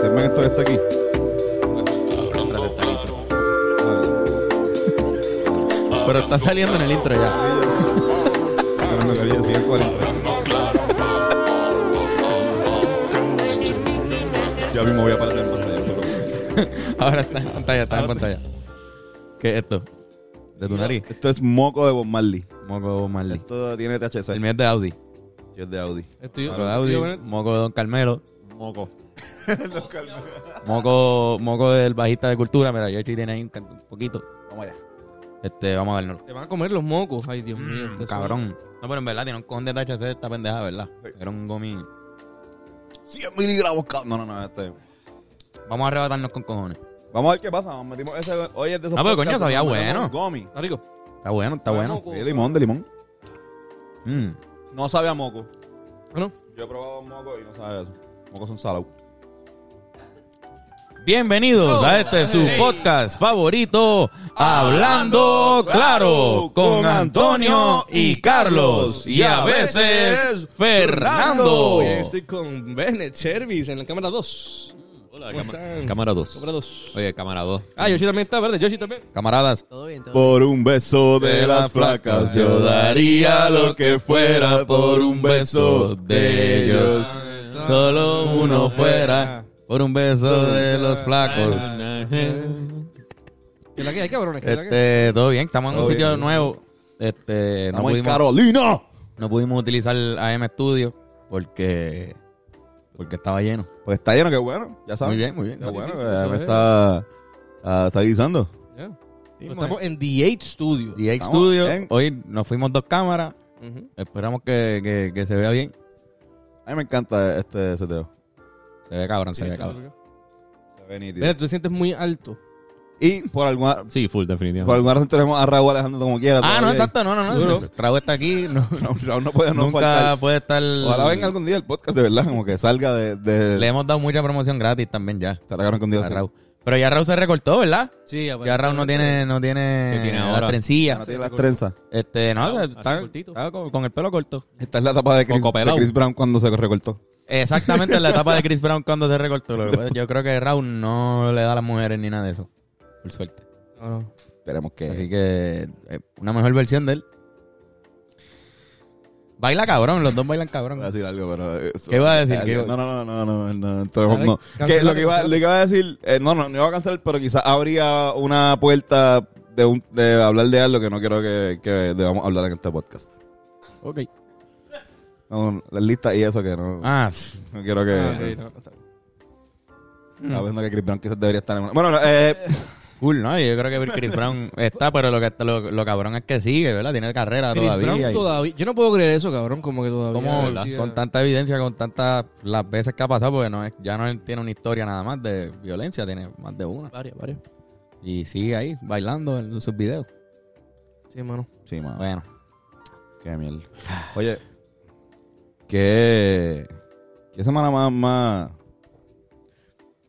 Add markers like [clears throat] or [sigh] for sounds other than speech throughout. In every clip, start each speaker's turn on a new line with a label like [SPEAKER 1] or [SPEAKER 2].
[SPEAKER 1] segmento está aquí.
[SPEAKER 2] Pero está saliendo en el intro ya.
[SPEAKER 1] Pero me cabía así el 40. Ya mismo voy a aparecer en pantalla. no te preocupes.
[SPEAKER 2] Ahora está en pantalla, está en
[SPEAKER 1] Ahora
[SPEAKER 2] pantalla. ¿Qué es esto? ¿De tu nariz?
[SPEAKER 1] Esto es moco de Bob Marley.
[SPEAKER 2] Moco de Bob Marley.
[SPEAKER 1] Esto tiene THC.
[SPEAKER 2] El mío es de Audi.
[SPEAKER 1] Yo es de Audi.
[SPEAKER 3] Estoy
[SPEAKER 2] Moco de Audi, moco de Don Carmelo,
[SPEAKER 1] [laughs]
[SPEAKER 3] Moco.
[SPEAKER 2] moco, moco del bajista de cultura. Mira, yo tiene ahí un, can- un poquito.
[SPEAKER 1] Vamos allá.
[SPEAKER 2] Este, vamos a dárnoslo.
[SPEAKER 3] Se van a comer los mocos. Ay, Dios mío.
[SPEAKER 2] Mm,
[SPEAKER 3] esto es
[SPEAKER 2] cabrón. No, pero en verdad tiene un cojón de THC esta pendeja, ¿verdad? Era un gomi.
[SPEAKER 1] 100 miligramos cada. No, no, no. Este.
[SPEAKER 2] Vamos a arrebatarnos con cojones.
[SPEAKER 1] Vamos a ver qué pasa. Nos metimos ese. Oye, es de esos.
[SPEAKER 2] Ah, pero
[SPEAKER 1] podcasts
[SPEAKER 2] coño, sabía
[SPEAKER 1] donde metemos
[SPEAKER 2] bueno.
[SPEAKER 1] Gomi.
[SPEAKER 3] Está rico.
[SPEAKER 2] Está bueno, está
[SPEAKER 3] Sabe
[SPEAKER 2] bueno.
[SPEAKER 3] moco.
[SPEAKER 1] De limón, de limón.
[SPEAKER 2] Mm.
[SPEAKER 1] No sabe a moco.
[SPEAKER 3] Bueno,
[SPEAKER 1] Yo he probado moco y no sabe a eso. Mocos son salados.
[SPEAKER 2] Bienvenidos a este su
[SPEAKER 3] Hey.
[SPEAKER 2] podcast favorito, Hablando Claro, con Antonio y Carlos y a veces Fernando.
[SPEAKER 3] hoy estoy con Bennett Service en la cámara 2. Hola, ¿Cómo están?
[SPEAKER 2] Cámara
[SPEAKER 3] Cámara
[SPEAKER 2] 2.
[SPEAKER 3] 2.
[SPEAKER 2] Oye, cámara 2.
[SPEAKER 3] Ah, Yoshi también está, ¿verdad? Yoshi también.
[SPEAKER 2] Camaradas,
[SPEAKER 4] Todo bien, todo bien.
[SPEAKER 1] Por un beso de las flacas yo daría lo que fuera por un beso de
[SPEAKER 3] Ah,
[SPEAKER 1] ellos. Ah.
[SPEAKER 2] solo uno fuera por un beso de los flacos.
[SPEAKER 1] Ah.
[SPEAKER 3] ¿Qué es la que hay, cabrones? ¿Qué es la que hay?
[SPEAKER 2] Este, todo bien, estamos en un
[SPEAKER 1] Todo
[SPEAKER 2] sitio
[SPEAKER 1] bien.
[SPEAKER 2] nuevo. Este, no
[SPEAKER 1] Estamos en
[SPEAKER 2] pudimos,
[SPEAKER 1] Carolina.
[SPEAKER 2] no pudimos utilizar AM Studio porque porque estaba lleno.
[SPEAKER 1] Pues está lleno, qué bueno. Ya sabes.
[SPEAKER 2] Muy bien, muy bien.
[SPEAKER 1] Qué
[SPEAKER 2] Sí,
[SPEAKER 1] bueno,
[SPEAKER 3] sí, sí,
[SPEAKER 1] que
[SPEAKER 3] eso
[SPEAKER 1] me
[SPEAKER 3] es.
[SPEAKER 1] está, ah, está guisando.
[SPEAKER 3] Ya.
[SPEAKER 2] Sí,
[SPEAKER 3] Pero Estamos en The 8 Studio.
[SPEAKER 2] DX
[SPEAKER 1] Estamos
[SPEAKER 2] Studio,
[SPEAKER 1] en-
[SPEAKER 2] hoy nos fuimos dos cámaras,
[SPEAKER 3] Ujú.
[SPEAKER 2] esperamos que, que- que se vea bien.
[SPEAKER 1] A mí me encanta este seteo.
[SPEAKER 2] Se ve cabrón,
[SPEAKER 3] Sí,
[SPEAKER 2] se ve
[SPEAKER 3] está
[SPEAKER 2] cabrón.
[SPEAKER 3] rico.
[SPEAKER 1] Se ve nítido.
[SPEAKER 3] Mira, tú te sientes muy alto.
[SPEAKER 1] Y por alguna,
[SPEAKER 5] Sí, full, definitivamente.
[SPEAKER 1] por alguna razón tenemos a Raúl Alejandro como quiera.
[SPEAKER 2] Ah, no,
[SPEAKER 1] todavía.
[SPEAKER 2] exacto, no, no, no.
[SPEAKER 3] Duro.
[SPEAKER 2] Raúl está aquí, no-
[SPEAKER 1] [laughs] Raúl, Raúl no puede [laughs] no
[SPEAKER 2] nunca
[SPEAKER 1] faltar.
[SPEAKER 2] puede estar...
[SPEAKER 1] Ojalá venga algún día el podcast, de verdad, como que salga de... de
[SPEAKER 2] Le hemos dado mucha promoción gratis también ya
[SPEAKER 1] Se regaron con Dios.
[SPEAKER 2] a Raúl. Pero ya Raúl se recortó, ¿verdad?
[SPEAKER 3] Sí,
[SPEAKER 2] Ya Raúl no tiene, no tiene,
[SPEAKER 5] ¿Qué tiene
[SPEAKER 2] las
[SPEAKER 5] ahora?
[SPEAKER 1] Ya no
[SPEAKER 2] trencillas.
[SPEAKER 1] tiene las trenzas.
[SPEAKER 2] Este, no,
[SPEAKER 5] Raúl,
[SPEAKER 2] está,
[SPEAKER 5] así cortito.
[SPEAKER 2] está con, con el pelo corto.
[SPEAKER 1] Esta es la tapa de Chris,
[SPEAKER 5] Coco
[SPEAKER 1] de
[SPEAKER 5] pelao.
[SPEAKER 1] Chris Brown cuando se recortó.
[SPEAKER 2] Exactamente en la etapa de Chris Brown cuando se recortó. Lo que pasa es que Yo creo que Raúl no le da a las mujeres ni nada de eso, por suerte.
[SPEAKER 1] Esperemos que...
[SPEAKER 2] Así que eh, una mejor versión de él. Baila cabrón, los dos bailan cabrón.
[SPEAKER 1] Voy a decir algo, pero... eso-
[SPEAKER 2] ¿Qué iba a decir?
[SPEAKER 1] Ah,
[SPEAKER 2] ¿Qué iba-
[SPEAKER 1] No, no, no, no, no, no, entonces,
[SPEAKER 3] Dale,
[SPEAKER 1] no.
[SPEAKER 3] cancela,
[SPEAKER 1] Que lo, que iba,
[SPEAKER 3] cancela.
[SPEAKER 1] lo que iba a decir... eh, no, no, no iba a cancelar, pero quizás habría una puerta de, un, de hablar de algo que no quiero que, que debamos hablar en este podcast.
[SPEAKER 2] Ok.
[SPEAKER 1] No, no, las listas y eso que no...
[SPEAKER 2] Ah, s-
[SPEAKER 1] No quiero que...
[SPEAKER 3] Ah,
[SPEAKER 1] que-
[SPEAKER 3] sí, no, está bien.
[SPEAKER 1] estaba
[SPEAKER 2] Mm.
[SPEAKER 1] pensando que Chris Brown quizás debería estar en una... Bueno, no,
[SPEAKER 2] [laughs]
[SPEAKER 1] eh...
[SPEAKER 2] cool, ¿no? Yo creo que Chris Brown está, pero lo, que, lo, lo cabrón es que sigue, ¿verdad? Tiene carrera
[SPEAKER 3] Chris
[SPEAKER 2] todavía.
[SPEAKER 3] Brown
[SPEAKER 2] y-
[SPEAKER 3] todavía. Yo no puedo creer eso, cabrón. Como que todavía.
[SPEAKER 2] ¿Cómo?
[SPEAKER 3] decía-
[SPEAKER 2] con tanta evidencia, con tantas las veces que ha pasado, porque no es, ya no tiene una historia nada más de violencia, tiene más de una.
[SPEAKER 3] Varias, varias.
[SPEAKER 2] Y sigue ahí, bailando en sus videos.
[SPEAKER 3] Sí, mano.
[SPEAKER 1] Sí, mano.
[SPEAKER 2] Bueno,
[SPEAKER 1] Qué mierda. Oye, ¿qué, qué semana más, más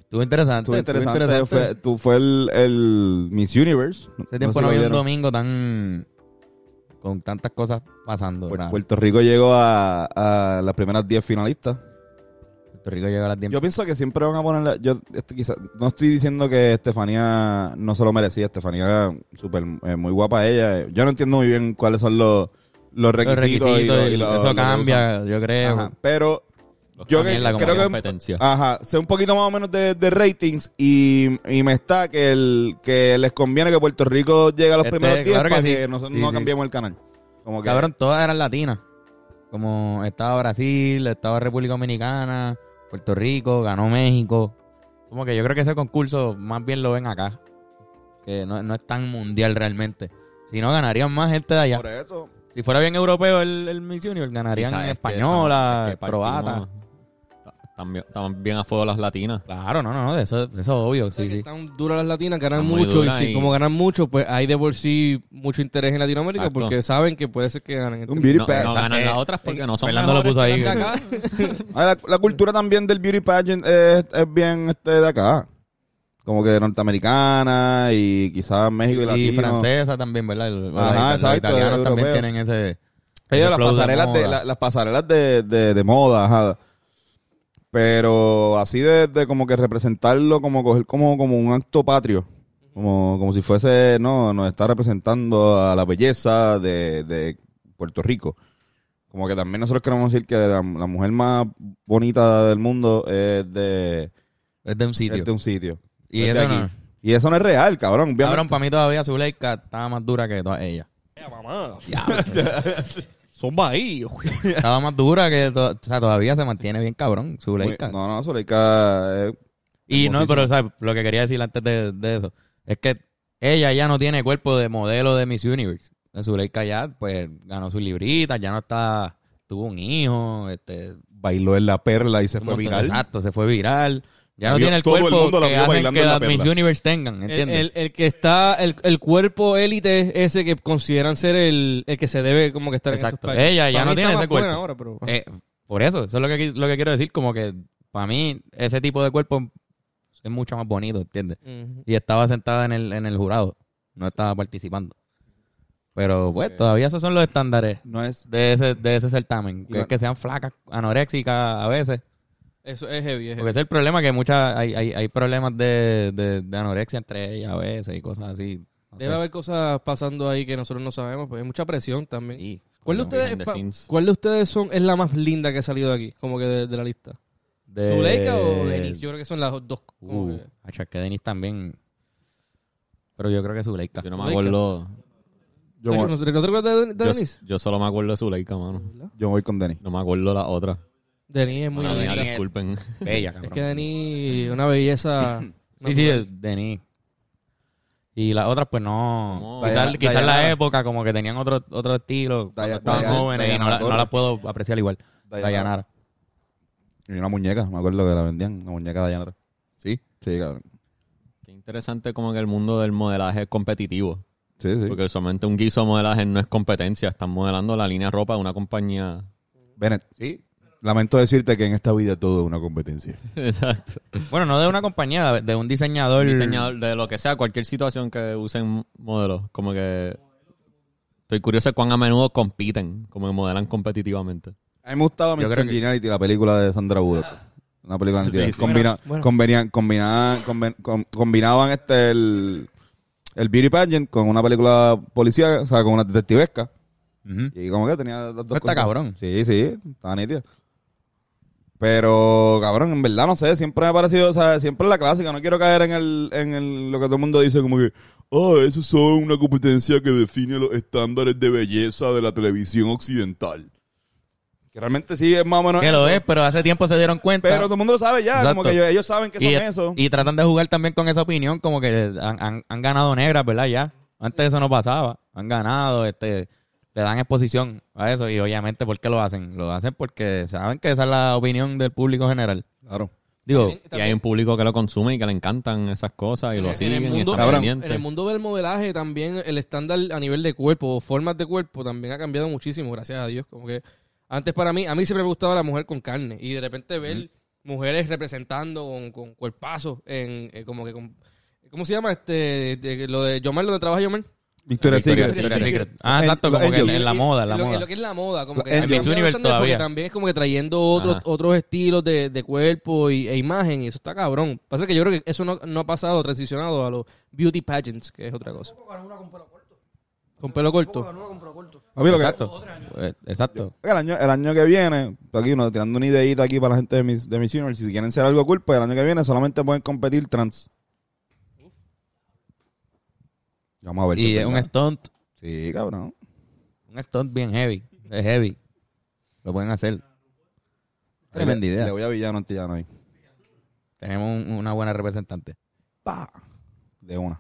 [SPEAKER 2] estuvo interesante.
[SPEAKER 1] estuvo interesante?
[SPEAKER 2] interesante.
[SPEAKER 1] Fue, tú fue el, el Miss Universe.
[SPEAKER 2] Hace
[SPEAKER 1] sé si
[SPEAKER 2] tiempo no
[SPEAKER 1] lo
[SPEAKER 2] había un
[SPEAKER 1] vieron.
[SPEAKER 2] domingo tan... Con tantas cosas pasando.
[SPEAKER 1] Pu-
[SPEAKER 2] ¿verdad?
[SPEAKER 1] Pues Puerto Rico llegó a, a las primeras 10 finalistas.
[SPEAKER 2] Puerto Rico llega a las 10.
[SPEAKER 1] Yo pienso que siempre van a ponerla. Yo esto quizá- no estoy diciendo que Estefanía no se lo merecía. Estefanía, super, eh, muy guapa ella. Yo no entiendo muy bien cuáles son los, los
[SPEAKER 2] Los
[SPEAKER 1] requisitos. y
[SPEAKER 2] requisitos,
[SPEAKER 1] lo- y
[SPEAKER 2] el-
[SPEAKER 1] lo- lo
[SPEAKER 2] eso
[SPEAKER 1] que
[SPEAKER 2] cambia, eh. yo
[SPEAKER 1] usan.
[SPEAKER 2] creo.
[SPEAKER 1] Ajá, Pero yo que-
[SPEAKER 5] También la
[SPEAKER 1] creo que- Ah,
[SPEAKER 5] competencia.
[SPEAKER 1] Ajá, sé un poquito más o menos de, de ratings y, y me está que el que les conviene que Puerto Rico llegue a los
[SPEAKER 2] Este,
[SPEAKER 1] primeros 10
[SPEAKER 2] claro que
[SPEAKER 1] para que,
[SPEAKER 2] sí.
[SPEAKER 1] nosotros
[SPEAKER 2] Sí,
[SPEAKER 1] no
[SPEAKER 2] sí.
[SPEAKER 1] cambiemos el canal. Como que,
[SPEAKER 2] Cabrón, todas eran latinas. Como estaba Brasil, estaba República Dominicana, Puerto Rico, ganó México. Como que yo creo que ese concurso más bien lo ven acá. Que no, no es tan mundial realmente. Si no, ganarían más gente de allá.
[SPEAKER 1] por eso,
[SPEAKER 2] Si fuera bien europeo el, el Miss Junior, ganarían
[SPEAKER 5] Quizás es que
[SPEAKER 2] española,
[SPEAKER 5] estamos- es que
[SPEAKER 2] croata.
[SPEAKER 5] partimos- Están bien- Están bien a fuego las latinas.
[SPEAKER 2] Claro, no, no, no, de eso, de eso es obvio.
[SPEAKER 3] Sí,
[SPEAKER 2] Sí, sí.
[SPEAKER 3] Están duras las latinas, ganan
[SPEAKER 5] Están muy
[SPEAKER 3] mucho. Y
[SPEAKER 5] duras
[SPEAKER 3] si
[SPEAKER 5] y-
[SPEAKER 3] como ganan mucho, pues hay de por sí mucho interés en Latinoamérica
[SPEAKER 5] Exacto.
[SPEAKER 3] porque saben que puede ser que ganen.
[SPEAKER 1] un
[SPEAKER 3] ¿entiendes?
[SPEAKER 1] beauty
[SPEAKER 5] No,
[SPEAKER 1] pageant.
[SPEAKER 5] no ganan
[SPEAKER 2] eh,
[SPEAKER 5] las otras porque no son
[SPEAKER 2] Fernando lo
[SPEAKER 5] mejores
[SPEAKER 2] puso ahí. eh.
[SPEAKER 5] que las de acá.
[SPEAKER 1] Ah, la, la cultura también del beauty pageant es, es bien este de acá. Como que norteamericana y quizás México y,
[SPEAKER 2] Y
[SPEAKER 1] latino.
[SPEAKER 2] francesa también, ¿verdad? El-
[SPEAKER 1] Ajá,
[SPEAKER 2] los
[SPEAKER 1] exacto,
[SPEAKER 2] italianos también
[SPEAKER 1] europeo.
[SPEAKER 2] tienen ese.
[SPEAKER 1] Ellos
[SPEAKER 2] ese
[SPEAKER 1] las
[SPEAKER 2] flow
[SPEAKER 1] pasarelas de,
[SPEAKER 2] moda.
[SPEAKER 1] la- las pasarelas de, de, de moda, ajá. Pero así de, de como que representarlo, como coger como, como un acto patrio. Como, como si fuese, no, nos está representando a la belleza de, de Puerto Rico. Como que también nosotros queremos decir que la, la mujer más bonita del mundo es de,
[SPEAKER 2] Es de
[SPEAKER 1] Este
[SPEAKER 2] un
[SPEAKER 1] es
[SPEAKER 2] sitio.
[SPEAKER 1] de un sitio.
[SPEAKER 2] Y
[SPEAKER 1] Es de
[SPEAKER 2] eso no-
[SPEAKER 1] aquí. Y eso no es real, cabrón. obviamente.
[SPEAKER 2] Cabrón, para mí todavía Zuleika estaba más dura que
[SPEAKER 1] [laughs]
[SPEAKER 2] todas ellas.
[SPEAKER 3] Ea, mamá. [laughs] Son bahíos.
[SPEAKER 2] Estaba más dura que... to- O sea, todavía se mantiene bien cabrón
[SPEAKER 1] Muy-
[SPEAKER 2] Zuleika.
[SPEAKER 1] No, no, Zuleika. eh,
[SPEAKER 2] Y no,
[SPEAKER 1] Hermosísima.
[SPEAKER 2] pero ¿sabes? lo que quería decir antes de, de eso es que ella ya no tiene cuerpo de modelo de Miss Universe. Zuleika ya, pues, ganó sus libritas, ya no está... Tuvo un hijo, este...
[SPEAKER 1] bailó en la perla y se
[SPEAKER 2] un
[SPEAKER 1] fue
[SPEAKER 2] montón-
[SPEAKER 1] viral.
[SPEAKER 2] Exacto, se fue viral. Ya
[SPEAKER 1] La
[SPEAKER 2] no
[SPEAKER 1] vio-
[SPEAKER 2] tiene el
[SPEAKER 1] todo el
[SPEAKER 2] cuerpo
[SPEAKER 1] mundo la
[SPEAKER 2] que
[SPEAKER 1] vio
[SPEAKER 2] hacen
[SPEAKER 1] bailando
[SPEAKER 2] que
[SPEAKER 1] en la
[SPEAKER 2] las Miss
[SPEAKER 1] perla.
[SPEAKER 2] Universe tengan,
[SPEAKER 3] El,
[SPEAKER 2] ¿entiendes?
[SPEAKER 3] el, el que está, el, el cuerpo élite ese que consideran ser el, el que se debe como que estar
[SPEAKER 2] Exacto.
[SPEAKER 3] en esos países.
[SPEAKER 2] Ella ya
[SPEAKER 3] Para
[SPEAKER 2] no
[SPEAKER 3] mí
[SPEAKER 2] tiene
[SPEAKER 3] está
[SPEAKER 2] ese
[SPEAKER 3] más buena
[SPEAKER 2] cuerpo.
[SPEAKER 3] ahora, pero-
[SPEAKER 2] Eh, por eso, eso es lo que, qui- lo que quiero decir, como que para mí ese tipo de cuerpo es mucho más bonito, ¿entiendes?
[SPEAKER 3] Ujú.
[SPEAKER 2] Y estaba sentada en el, en el jurado, no estaba participando. Pero pues todavía esos son los estándares
[SPEAKER 1] No es.
[SPEAKER 2] de ese, de ese certamen,
[SPEAKER 1] Y
[SPEAKER 2] que,
[SPEAKER 1] no-
[SPEAKER 2] es que sean flacas, anoréxicas a veces.
[SPEAKER 3] Eso es heavy, es heavy.
[SPEAKER 2] Porque ese es el problema, que muchas hay, hay, hay problemas de, de, de anorexia entre ellas a veces y cosas así. No sé.
[SPEAKER 3] Debe haber cosas pasando ahí que nosotros no sabemos, pues hay mucha presión también.
[SPEAKER 2] Sí.
[SPEAKER 3] ¿Cuál
[SPEAKER 2] Problema
[SPEAKER 3] de, ustedes,
[SPEAKER 5] behind the
[SPEAKER 3] pa-
[SPEAKER 5] scenes.
[SPEAKER 3] ¿Cuál de ustedes son es la más linda que ha salido de aquí? Como que de, de la lista.
[SPEAKER 2] de-
[SPEAKER 3] ¿Zuleika o Denis? Yo creo que son las dos. como
[SPEAKER 2] Eh, Uh,
[SPEAKER 3] que-
[SPEAKER 2] acho, es que Denis también. Pero yo creo que Zuleika. [laughs]
[SPEAKER 5] Yo no me
[SPEAKER 3] Zuleika.
[SPEAKER 5] acuerdo.
[SPEAKER 1] Yo,
[SPEAKER 3] ¿Sabes?
[SPEAKER 1] voy-
[SPEAKER 3] ¿No te no te acuerdas de, de
[SPEAKER 5] Yo,
[SPEAKER 3] Denis?
[SPEAKER 5] yo solo me acuerdo de Zuleika, mano.
[SPEAKER 1] yo voy con Denis.
[SPEAKER 5] No me acuerdo la otra.
[SPEAKER 3] Denis es muy
[SPEAKER 5] Mala mía,
[SPEAKER 3] linda.
[SPEAKER 5] disculpen.
[SPEAKER 2] Bella, cabrón.
[SPEAKER 3] Es que Denis una belleza.
[SPEAKER 2] Sí, sí, el Denis. Y las otras, pues no.
[SPEAKER 5] [laughs] No.
[SPEAKER 2] Quizás
[SPEAKER 1] Dayana-
[SPEAKER 2] quizás la
[SPEAKER 1] Dayana-
[SPEAKER 2] época, como que tenían otro, otro estilo. cuando
[SPEAKER 1] Daya-
[SPEAKER 2] estaban
[SPEAKER 1] Dayana-
[SPEAKER 2] jóvenes y
[SPEAKER 1] Dayana
[SPEAKER 2] no, la- no
[SPEAKER 1] Torres.
[SPEAKER 2] las puedo apreciar igual.
[SPEAKER 1] Dayana-
[SPEAKER 2] Dayanara.
[SPEAKER 1] Y una muñeca, me acuerdo que la vendían, una muñeca de Dayanara.
[SPEAKER 5] ¿Sí?
[SPEAKER 1] Sí, cabrón.
[SPEAKER 5] Qué interesante como que el mundo del modelaje competitivo.
[SPEAKER 1] Sí, sí.
[SPEAKER 5] Porque usualmente un guiso de modelaje no es competencia. Están modelando la línea de ropa de una compañía. [laughs]
[SPEAKER 1] Bennett,
[SPEAKER 2] Sí.
[SPEAKER 1] lamento decirte que en esta vida todo es una competencia.
[SPEAKER 5] Exacto.
[SPEAKER 2] Bueno, no de una compañía, de- de un diseñador.
[SPEAKER 5] Un diseñador de lo que sea, cualquier situación que usen modelos. Como que... Estoy curioso de cuán a menudo compiten. Como que modelan competitivamente.
[SPEAKER 1] A mí me gustaba
[SPEAKER 2] Yo
[SPEAKER 1] Mr.
[SPEAKER 2] creo que-
[SPEAKER 1] Geniality, la película de Sandra Bullock. Una película
[SPEAKER 5] Sí,
[SPEAKER 1] antigua.
[SPEAKER 5] sí.
[SPEAKER 1] Combina- combinían- combinaban- comben- com- combinaban este el, el beauty pageant con una película policía, o sea, con una detectivesca.
[SPEAKER 2] Ujú.
[SPEAKER 1] Y como que tenía las dos
[SPEAKER 2] Pues Está
[SPEAKER 1] cosas.
[SPEAKER 2] cabrón.
[SPEAKER 1] Sí, sí, estaba nítido. Pero, cabrón, en verdad, no sé, siempre me ha parecido, o sea, siempre la clásica, no quiero caer en el, en el, lo que todo el mundo dice, como que, ah, eso son una competencia que define los estándares de belleza de la televisión occidental. Que realmente sí es más o menos
[SPEAKER 2] Que lo es, pero hace tiempo se dieron cuenta.
[SPEAKER 1] pero todo el mundo lo sabe ya, como
[SPEAKER 2] Exacto.
[SPEAKER 1] que ellos- ellos saben que son
[SPEAKER 2] y,
[SPEAKER 1] eso.
[SPEAKER 2] y tratan de jugar también con esa opinión, como que han, han- han ganado negras, ¿verdad? Ya. Antes eso no pasaba. Han ganado, este, le dan exposición a eso. Y obviamente, ¿por qué lo hacen? Lo hacen porque saben que esa es la opinión del público general.
[SPEAKER 1] claro.
[SPEAKER 2] Digo,
[SPEAKER 3] También-
[SPEAKER 5] Y hay un público que lo consume y que le encantan esas cosas y lo
[SPEAKER 3] En el
[SPEAKER 5] siguen y
[SPEAKER 3] mundo-
[SPEAKER 5] están
[SPEAKER 1] Cabrón.
[SPEAKER 5] pendientes.
[SPEAKER 3] En el mundo del modelaje también el estándar a nivel de cuerpo o formas de cuerpo también ha cambiado muchísimo, gracias a Dios. Como que antes para mí, a mí siempre me gustaba la mujer con carne y de repente ver mujeres representando con, con cuerpazos en eh, como que con... ¿Cómo se llama este? de- lo de Yomel, donde trabaja Yomel.
[SPEAKER 1] Victoria
[SPEAKER 5] Victoria's
[SPEAKER 1] Secret.
[SPEAKER 5] Secret.
[SPEAKER 2] Ah,
[SPEAKER 1] En-
[SPEAKER 2] exacto, como
[SPEAKER 1] en-
[SPEAKER 2] que en, en la
[SPEAKER 3] Y-
[SPEAKER 2] moda, en la
[SPEAKER 3] lo,
[SPEAKER 2] moda.
[SPEAKER 3] Lo que es la moda, como que
[SPEAKER 1] En
[SPEAKER 3] ha
[SPEAKER 1] Miss
[SPEAKER 3] cambiado
[SPEAKER 2] Universe
[SPEAKER 3] bastante porque
[SPEAKER 2] todavía.
[SPEAKER 3] también es como que trayendo otros
[SPEAKER 5] Ajá.
[SPEAKER 3] otros estilos de, de cuerpo y, e imagen y eso está cabrón. Pasa que yo creo que eso no, no ha pasado, transicionado a los beauty pageants, que es otra cosa. Con pelo corto.
[SPEAKER 1] Papi, lo que-
[SPEAKER 2] Exacto. Eh, Exacto.
[SPEAKER 1] el, año, el año que viene, aquí uno tirando una ideita aquí para la gente de mis, de mis Universe, si quieren ser algo cool, pues el año que viene solamente pueden competir trans. Vamos a ver. si
[SPEAKER 2] Y es un
[SPEAKER 1] verdad.
[SPEAKER 2] stunt,
[SPEAKER 1] Sí, cabrón.
[SPEAKER 2] un stunt bien heavy. Es heavy. Lo pueden hacer. Tremenda
[SPEAKER 1] Le-
[SPEAKER 2] idea.
[SPEAKER 1] Le voy a Villano Antillano ahí.
[SPEAKER 2] Tenemos un- una buena representante.
[SPEAKER 1] Pa. De una.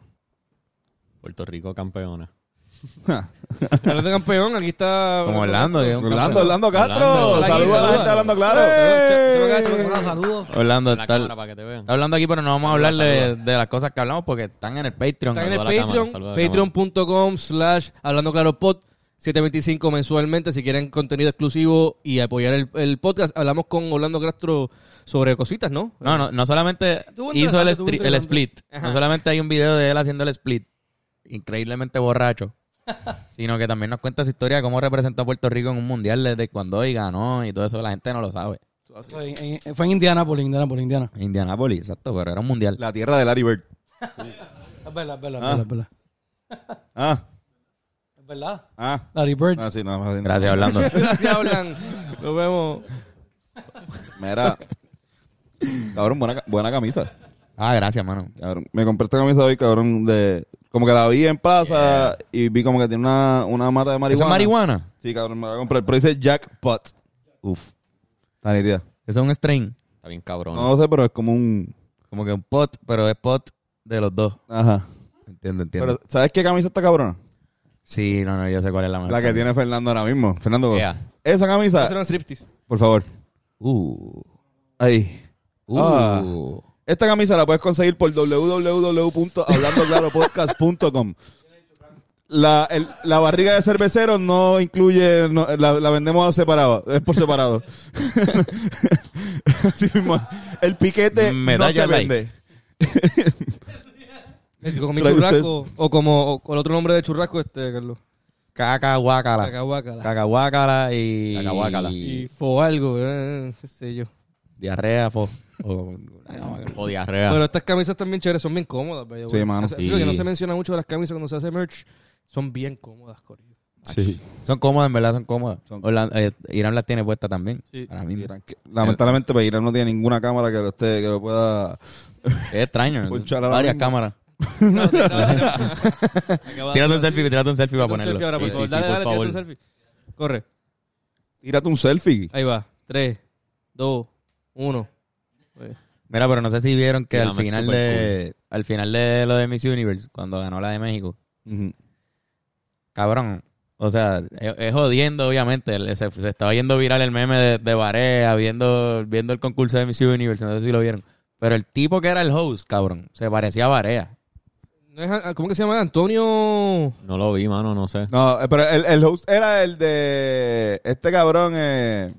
[SPEAKER 5] Puerto Rico campeona.
[SPEAKER 3] [laughs] Hablando de campeón, aquí está.
[SPEAKER 2] Como Orlando. que es un
[SPEAKER 1] Orlando,
[SPEAKER 2] campeón.
[SPEAKER 1] Orlando Castro.
[SPEAKER 5] Orlando,
[SPEAKER 3] Orlando.
[SPEAKER 1] Saludos Eh. a la gente de Orlando Claro.
[SPEAKER 3] Che- che-
[SPEAKER 4] Hola, saludos.
[SPEAKER 2] Orlando,
[SPEAKER 5] En la
[SPEAKER 2] tal-
[SPEAKER 5] cámara para que te vean.
[SPEAKER 2] Está hablando aquí, pero no vamos a hablar
[SPEAKER 5] Saluda,
[SPEAKER 2] de, de las cosas que hablamos porque están en el Patreon.
[SPEAKER 3] Está en el
[SPEAKER 5] Saluda a la
[SPEAKER 3] Patreon,
[SPEAKER 5] cámara, saluda a la
[SPEAKER 3] patreon.com slash hablando claro pod 725 mensualmente si quieren contenido exclusivo y apoyar el, el podcast. Hablamos con Orlando Castro sobre cositas, ¿no?
[SPEAKER 2] No, no, no solamente
[SPEAKER 4] Estuvo
[SPEAKER 2] hizo el,
[SPEAKER 4] interesante, estuvo
[SPEAKER 2] stri- el
[SPEAKER 4] interesante.
[SPEAKER 2] split. No solamente hay un video de él haciendo el split, increíblemente borracho, sino que también nos cuenta su historia de cómo representó a Puerto Rico en un mundial desde cuando y ganó y todo eso. La gente no lo sabe.
[SPEAKER 3] así.
[SPEAKER 4] Fue en, en- fue en Indianápolis, Indianápolis, Indiana.
[SPEAKER 2] Indianapolis, exacto, pero era un mundial.
[SPEAKER 1] La tierra de Larry Bird.
[SPEAKER 4] Es verdad, es verdad, es
[SPEAKER 1] Ah.
[SPEAKER 4] verdad, es verdad.
[SPEAKER 1] Ah,
[SPEAKER 4] Es verdad.
[SPEAKER 1] ah.
[SPEAKER 4] Larry Bird.
[SPEAKER 1] Ah, sí, nada más.
[SPEAKER 2] Gracias, Orlando.
[SPEAKER 3] [laughs] Gracias, hablan. Nos vemos.
[SPEAKER 2] [laughs]
[SPEAKER 1] Mira. Cabrón, buena, ca- buena camisa.
[SPEAKER 2] Ah, gracias, mano.
[SPEAKER 1] Cabrón, me compré esta camisa hoy, cabrón, de... Como que la vi en plaza y vi como que tiene una, una mata de
[SPEAKER 2] ¿Eso
[SPEAKER 1] marihuana.
[SPEAKER 2] es marihuana?
[SPEAKER 1] Sí, cabrón, me la compré. Pero dice jackpot.
[SPEAKER 2] Uf.
[SPEAKER 1] Está nítida.
[SPEAKER 2] Eso es un strain.
[SPEAKER 5] Está bien cabrón.
[SPEAKER 1] No lo sé, pero es como un...
[SPEAKER 2] Como que un pot, pero es pot de los dos.
[SPEAKER 1] Ajá.
[SPEAKER 2] Entiendo, entiendo.
[SPEAKER 1] Pero, ¿sabes qué camisa está cabrona?
[SPEAKER 2] Sí, no, no, yo sé cuál es la mejor.
[SPEAKER 1] La que tiene Fernando ahora mismo. Fernando,
[SPEAKER 5] Yeah.
[SPEAKER 1] esa camisa,
[SPEAKER 3] Eso eran striptease.
[SPEAKER 1] por favor.
[SPEAKER 2] Uh.
[SPEAKER 1] Ahí.
[SPEAKER 2] Uh.
[SPEAKER 1] Ah. Esta camisa la puedes conseguir por www.hablandoclaropodcast.com. La, el- la barriga de cerveceros no incluye, no, la, la vendemos separado, es por separado. [laughs] Así mismo, el piquete no
[SPEAKER 2] Medalla
[SPEAKER 1] se
[SPEAKER 2] light.
[SPEAKER 1] vende.
[SPEAKER 3] El- Con mi
[SPEAKER 1] Trae
[SPEAKER 3] churrasco, o como o- con el otro nombre de churrasco, este, Carlos.
[SPEAKER 2] Caca, guácala.
[SPEAKER 3] Cacahuacala.
[SPEAKER 2] Caca, guácala Ah. y...
[SPEAKER 5] Caca, guácala.
[SPEAKER 3] Y fo algo, eh, qué sé yo.
[SPEAKER 2] Diarrea, po. O- Ay, no,
[SPEAKER 5] O diarrea.
[SPEAKER 3] Pero estas camisas están bien chéveres, son bien cómodas, bello.
[SPEAKER 1] Sí, mano.
[SPEAKER 5] Sí.
[SPEAKER 3] que no se menciona mucho de las camisas cuando se hace merch. Son bien cómodas, Corillo.
[SPEAKER 1] Sí.
[SPEAKER 2] Son cómodas, en verdad, son cómodas.
[SPEAKER 1] Son-
[SPEAKER 2] Orlan- eh, Irán las tiene puestas también.
[SPEAKER 3] Sí.
[SPEAKER 2] Ahora mismo.
[SPEAKER 1] Lamentablemente, pues Irán no tiene ninguna cámara que lo, esté, que lo pueda...
[SPEAKER 2] Qué extraño. ¿no?
[SPEAKER 1] Ponchar ahora
[SPEAKER 2] Varias
[SPEAKER 1] mismo.
[SPEAKER 2] cámaras.
[SPEAKER 3] [laughs] No, tira- [laughs] Acaba de-
[SPEAKER 2] Tírate un selfie, tírate un selfie para
[SPEAKER 3] Tírate un
[SPEAKER 2] ponerlo.
[SPEAKER 3] selfie ahora, por
[SPEAKER 5] Sí,
[SPEAKER 3] favor.
[SPEAKER 5] sí,
[SPEAKER 3] Dale,
[SPEAKER 5] sí,
[SPEAKER 3] dale,
[SPEAKER 5] por
[SPEAKER 3] tírate un selfie. Corre.
[SPEAKER 1] Tírate un selfie.
[SPEAKER 3] Ahí va. 3, 2, 1.
[SPEAKER 2] Mira, pero no sé si vieron que al
[SPEAKER 5] Llama, es
[SPEAKER 2] final
[SPEAKER 5] súper
[SPEAKER 2] de al final de lo de Miss Universe, cuando ganó la de México,
[SPEAKER 1] Ujú.
[SPEAKER 2] cabrón. O sea, es, es jodiendo, obviamente. el- Se, se estaba yendo viral el meme de, de Barea, viendo, viendo el concurso de Miss Universe, no sé si lo vieron. Pero el tipo que era el host, cabrón, se parecía a Barea.
[SPEAKER 3] No es a- ¿Cómo que se llama? Antonio.
[SPEAKER 5] No lo vi, mano, no sé.
[SPEAKER 1] No, eh, pero el, el host era el de este cabrón, eh,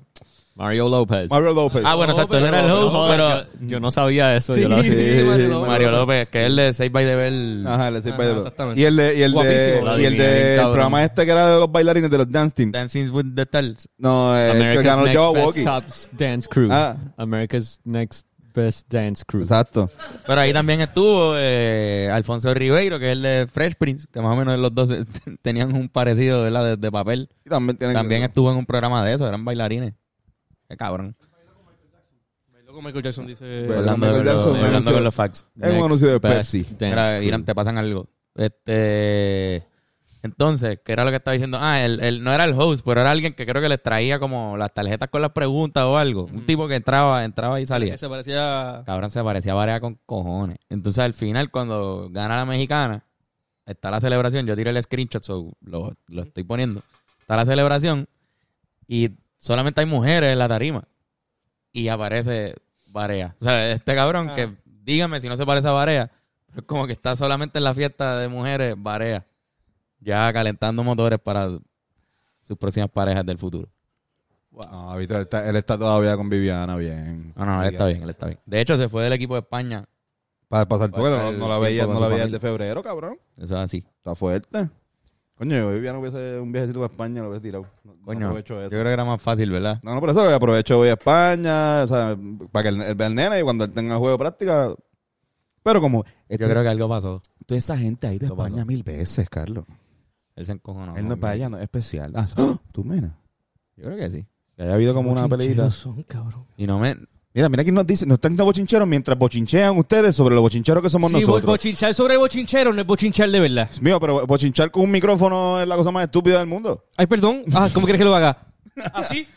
[SPEAKER 5] Mario López.
[SPEAKER 1] Mario López.
[SPEAKER 2] Ah, bueno,
[SPEAKER 3] No,
[SPEAKER 2] exacto, él
[SPEAKER 3] pero-
[SPEAKER 2] era el
[SPEAKER 5] No,
[SPEAKER 2] host,
[SPEAKER 5] joder,
[SPEAKER 2] pero
[SPEAKER 5] yo, yo no sabía eso. yo la-
[SPEAKER 1] sí,
[SPEAKER 3] Mario
[SPEAKER 2] Mario López, que es el de 6 by the Bell.
[SPEAKER 1] Ajá, le sirve
[SPEAKER 3] Ajá,
[SPEAKER 1] de los-
[SPEAKER 3] exactamente.
[SPEAKER 1] Y el de, y el de,
[SPEAKER 3] Guapísimo,
[SPEAKER 5] la
[SPEAKER 1] y el
[SPEAKER 5] adivina,
[SPEAKER 1] de-
[SPEAKER 5] bien
[SPEAKER 1] el
[SPEAKER 5] cabrón.
[SPEAKER 1] programa este que era de los bailarines de los dance team.
[SPEAKER 2] Dancing with the Stars.
[SPEAKER 1] No, eh, el que
[SPEAKER 5] America's
[SPEAKER 1] ganó
[SPEAKER 5] Next
[SPEAKER 1] Java
[SPEAKER 5] Best
[SPEAKER 1] Walkie.
[SPEAKER 5] Top Dance Crew.
[SPEAKER 1] Ah.
[SPEAKER 5] America's Next Best Dance Crew.
[SPEAKER 1] Exacto.
[SPEAKER 2] Pero ahí también estuvo eh, Alfonso Ribeiro, que es el de Fresh Prince, que más o menos los dos [laughs] eh, tenían un parecido, ¿verdad? De, de papel.
[SPEAKER 1] Y también tienen
[SPEAKER 2] También estuvo en un programa de eso, eran bailarines. Qué cabrón.
[SPEAKER 3] Bailó con Michael Jackson, dice.
[SPEAKER 1] Bueno.
[SPEAKER 2] Hablando,
[SPEAKER 1] Michael
[SPEAKER 2] con, los-
[SPEAKER 1] Jackson,
[SPEAKER 2] hablando
[SPEAKER 1] anunció-
[SPEAKER 2] con los facts.
[SPEAKER 1] es un
[SPEAKER 2] Next.
[SPEAKER 1] anuncio de
[SPEAKER 5] Best
[SPEAKER 1] Pepsi.
[SPEAKER 5] Dance
[SPEAKER 2] Mira,
[SPEAKER 5] Crew.
[SPEAKER 2] Irán, te pasan algo. Este. Entonces, ¿qué era lo que estaba diciendo? Ah, él, él no era el host, pero era alguien que creo que les traía como las tarjetas con las preguntas o algo. Un tipo que entraba, entraba y salía.
[SPEAKER 3] Se parecía.
[SPEAKER 2] Cabrón, se parecía a Barea con cojones. Entonces, al final, cuando gana la mexicana, está la celebración. Yo tiré el screenshot, so lo, lo estoy poniendo. Está la celebración y solamente hay mujeres en la tarima. Y aparece Barea. O sea, este cabrón
[SPEAKER 3] Ah.
[SPEAKER 2] que, dígame si no se parece a Barea, pero es como que está solamente en la fiesta de mujeres Barea. Ya calentando motores para su- sus próximas parejas del futuro.
[SPEAKER 1] No, Víctor, él está, él está todavía con Viviana, bien.
[SPEAKER 2] Ah, No, no, él está bien, él está bien. De hecho, se fue del equipo de España.
[SPEAKER 1] Para pasar
[SPEAKER 2] Para
[SPEAKER 1] porque
[SPEAKER 2] estar
[SPEAKER 1] no, no la
[SPEAKER 2] Pues, el
[SPEAKER 1] veía,
[SPEAKER 2] tiempo con
[SPEAKER 1] no la
[SPEAKER 2] su
[SPEAKER 1] veía
[SPEAKER 2] familia.
[SPEAKER 1] desde febrero, cabrón.
[SPEAKER 2] Eso es así.
[SPEAKER 1] Está fuerte. Coño, yo Viviana hubiese un viajecito para España, lo hubiese tirado. No, no
[SPEAKER 2] Coño,
[SPEAKER 1] aprovecho
[SPEAKER 2] yo
[SPEAKER 1] eso.
[SPEAKER 2] creo que era más fácil, ¿verdad?
[SPEAKER 1] No, no, por eso que aprovecho voy a España, o sea, para que el, el, vea al nene y cuando él tenga el juego de práctica. Pero como este-
[SPEAKER 2] Yo creo que algo pasó.
[SPEAKER 1] Toda esa gente ha ido a
[SPEAKER 2] Lo pasó.
[SPEAKER 1] España mil veces, Carlos.
[SPEAKER 2] Él se encojonó.
[SPEAKER 1] Él no es para allá, no es especial. Ah, ¡ah! tú mira.
[SPEAKER 2] Yo creo que sí.
[SPEAKER 1] Que haya habido como una peleita.
[SPEAKER 3] Chincheros son, cabrón.
[SPEAKER 2] Y no me...
[SPEAKER 1] Mira, mira quién nos dice. Nos están dando bochincheros mientras bochinchean ustedes sobre los bochincheros que somos
[SPEAKER 3] Sí, bo-
[SPEAKER 1] nosotros.
[SPEAKER 3] bochinchar sobre bochinchero no es bochinchar de verdad.
[SPEAKER 1] Dios mío, pero bochinchar con un micrófono es la cosa más estúpida del mundo.
[SPEAKER 3] Ay, perdón. Ah, ¿cómo quieres que lo haga?
[SPEAKER 1] [laughs]
[SPEAKER 3] ¿Así?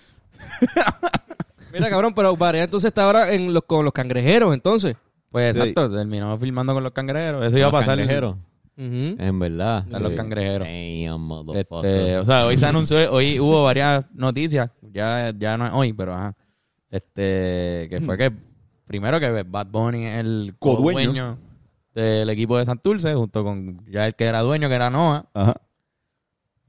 [SPEAKER 3] Mira, cabrón, pero Barea entonces está ahora en los, con los cangrejeros, entonces.
[SPEAKER 2] Pues
[SPEAKER 1] Sí.
[SPEAKER 2] exacto, terminamos filmando con los cangrejeros. Eso iba a
[SPEAKER 5] Los
[SPEAKER 2] pasar.
[SPEAKER 5] cangrejeros.
[SPEAKER 3] Ujú.
[SPEAKER 1] Eh,
[SPEAKER 5] En verdad.
[SPEAKER 2] Están los cangrejeros.
[SPEAKER 5] Damn, motherfucker.
[SPEAKER 2] Este, o sea, hoy se anunció, hoy hubo varias noticias, ya, ya no es hoy, pero ajá. Este, que fue que, primero que Bad Bunny es el
[SPEAKER 1] Codueño.
[SPEAKER 2] dueño del equipo de Santurce, junto con ya el que era dueño, que era Noah.
[SPEAKER 1] Ajá.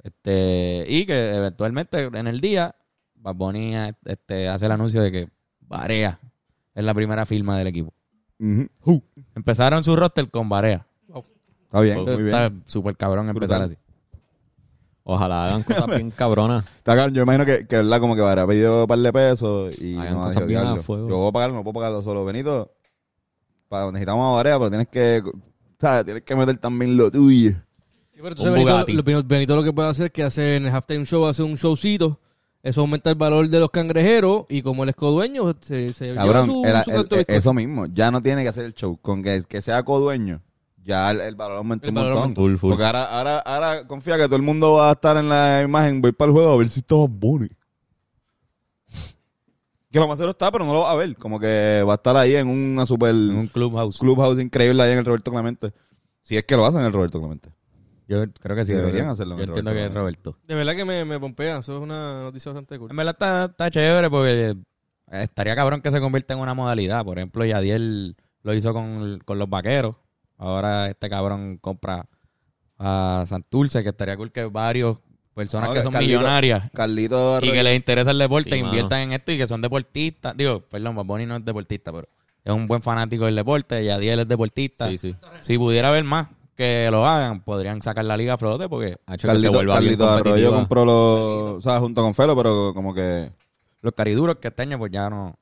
[SPEAKER 2] Este, y que eventualmente en el día, Bad Bunny este, hace el anuncio de que Barea es la primera firma del equipo.
[SPEAKER 1] Ujú. Ju.
[SPEAKER 2] Empezaron su roster con Barea.
[SPEAKER 1] Está bien, Pues muy bien.
[SPEAKER 2] Está súper cabrón empezar
[SPEAKER 1] Brutal.
[SPEAKER 2] así.
[SPEAKER 5] Ojalá hagan cosas bien cabronas.
[SPEAKER 1] Está cabrón, yo imagino que, que ¿verdad? Como que habrá pedido un par de pesos y
[SPEAKER 5] Hagan
[SPEAKER 1] no
[SPEAKER 5] cosas
[SPEAKER 1] dijo,
[SPEAKER 5] bien a
[SPEAKER 1] "Diablo,
[SPEAKER 5] fuego".
[SPEAKER 1] Yo voy a pagarlo, no puedo pagarlo solo. Benito, pa- necesitamos a Barea, pero tienes que, ¿sabes? Tienes que meter también lo tuyo.
[SPEAKER 3] Sí, pero
[SPEAKER 5] Un
[SPEAKER 3] entonces Benito,
[SPEAKER 5] Bugatti.
[SPEAKER 3] lo- Benito- Benito lo que puede hacer es que hace en el halftime show, hace un showcito. Eso aumenta el valor de los cangrejeros y como él es codueño, se, se lleva
[SPEAKER 1] Cabrón,
[SPEAKER 3] su,
[SPEAKER 1] era-
[SPEAKER 3] su
[SPEAKER 1] el-
[SPEAKER 3] canto de
[SPEAKER 1] el-
[SPEAKER 3] bizcocho.
[SPEAKER 1] eso mismo, ya no tiene que hacer el show. Con que, que sea codueño, ya el, el valor aumentó
[SPEAKER 3] El
[SPEAKER 1] un
[SPEAKER 3] valor
[SPEAKER 1] montón.
[SPEAKER 3] aumentó.
[SPEAKER 5] Full, full.
[SPEAKER 1] Porque ahora, ahora, ahora confía que todo el mundo va a estar en la imagen. Voy para el juego a ver si está Bad Bunny. Que lo más seguro está, pero no lo va a ver. Como que va a estar ahí en una super
[SPEAKER 2] En un clubhouse.
[SPEAKER 1] clubhouse increíble ahí en el Roberto Clemente. Si es que lo hacen en el Roberto Clemente.
[SPEAKER 2] Yo creo que sí.
[SPEAKER 1] Deberían
[SPEAKER 2] debería.
[SPEAKER 1] hacerlo en
[SPEAKER 2] Yo
[SPEAKER 1] el
[SPEAKER 2] entiendo que es Roberto.
[SPEAKER 3] De verdad que me, me pompea. Eso es una noticia bastante cool.
[SPEAKER 2] En verdad está, está chévere porque eh, estaría cabrón que se convierta en una modalidad. Por ejemplo, Yadiel lo hizo con, con los vaqueros. Ahora este cabrón compra a Santurce, que estaría cool que varios personas
[SPEAKER 1] No,
[SPEAKER 2] que son
[SPEAKER 1] Carlito-
[SPEAKER 2] millonarias
[SPEAKER 1] Carlito
[SPEAKER 2] y que les interesa el deporte
[SPEAKER 5] Sí,
[SPEAKER 2] inviertan en esto y que son deportistas. Digo, perdón, Bad Bunny no es deportista, pero es un buen fanático del deporte. Yadiel es deportista.
[SPEAKER 5] Sí, sí.
[SPEAKER 2] Si pudiera haber más que lo hagan, podrían sacar la liga a flote porque
[SPEAKER 5] Hacho, que se
[SPEAKER 1] Carlito,
[SPEAKER 5] vuelva bien
[SPEAKER 1] Carlito Arroyo
[SPEAKER 5] competitiva.
[SPEAKER 1] compró los. O sea, junto con Felo, pero como que.
[SPEAKER 2] los cariduros que este año pues ya no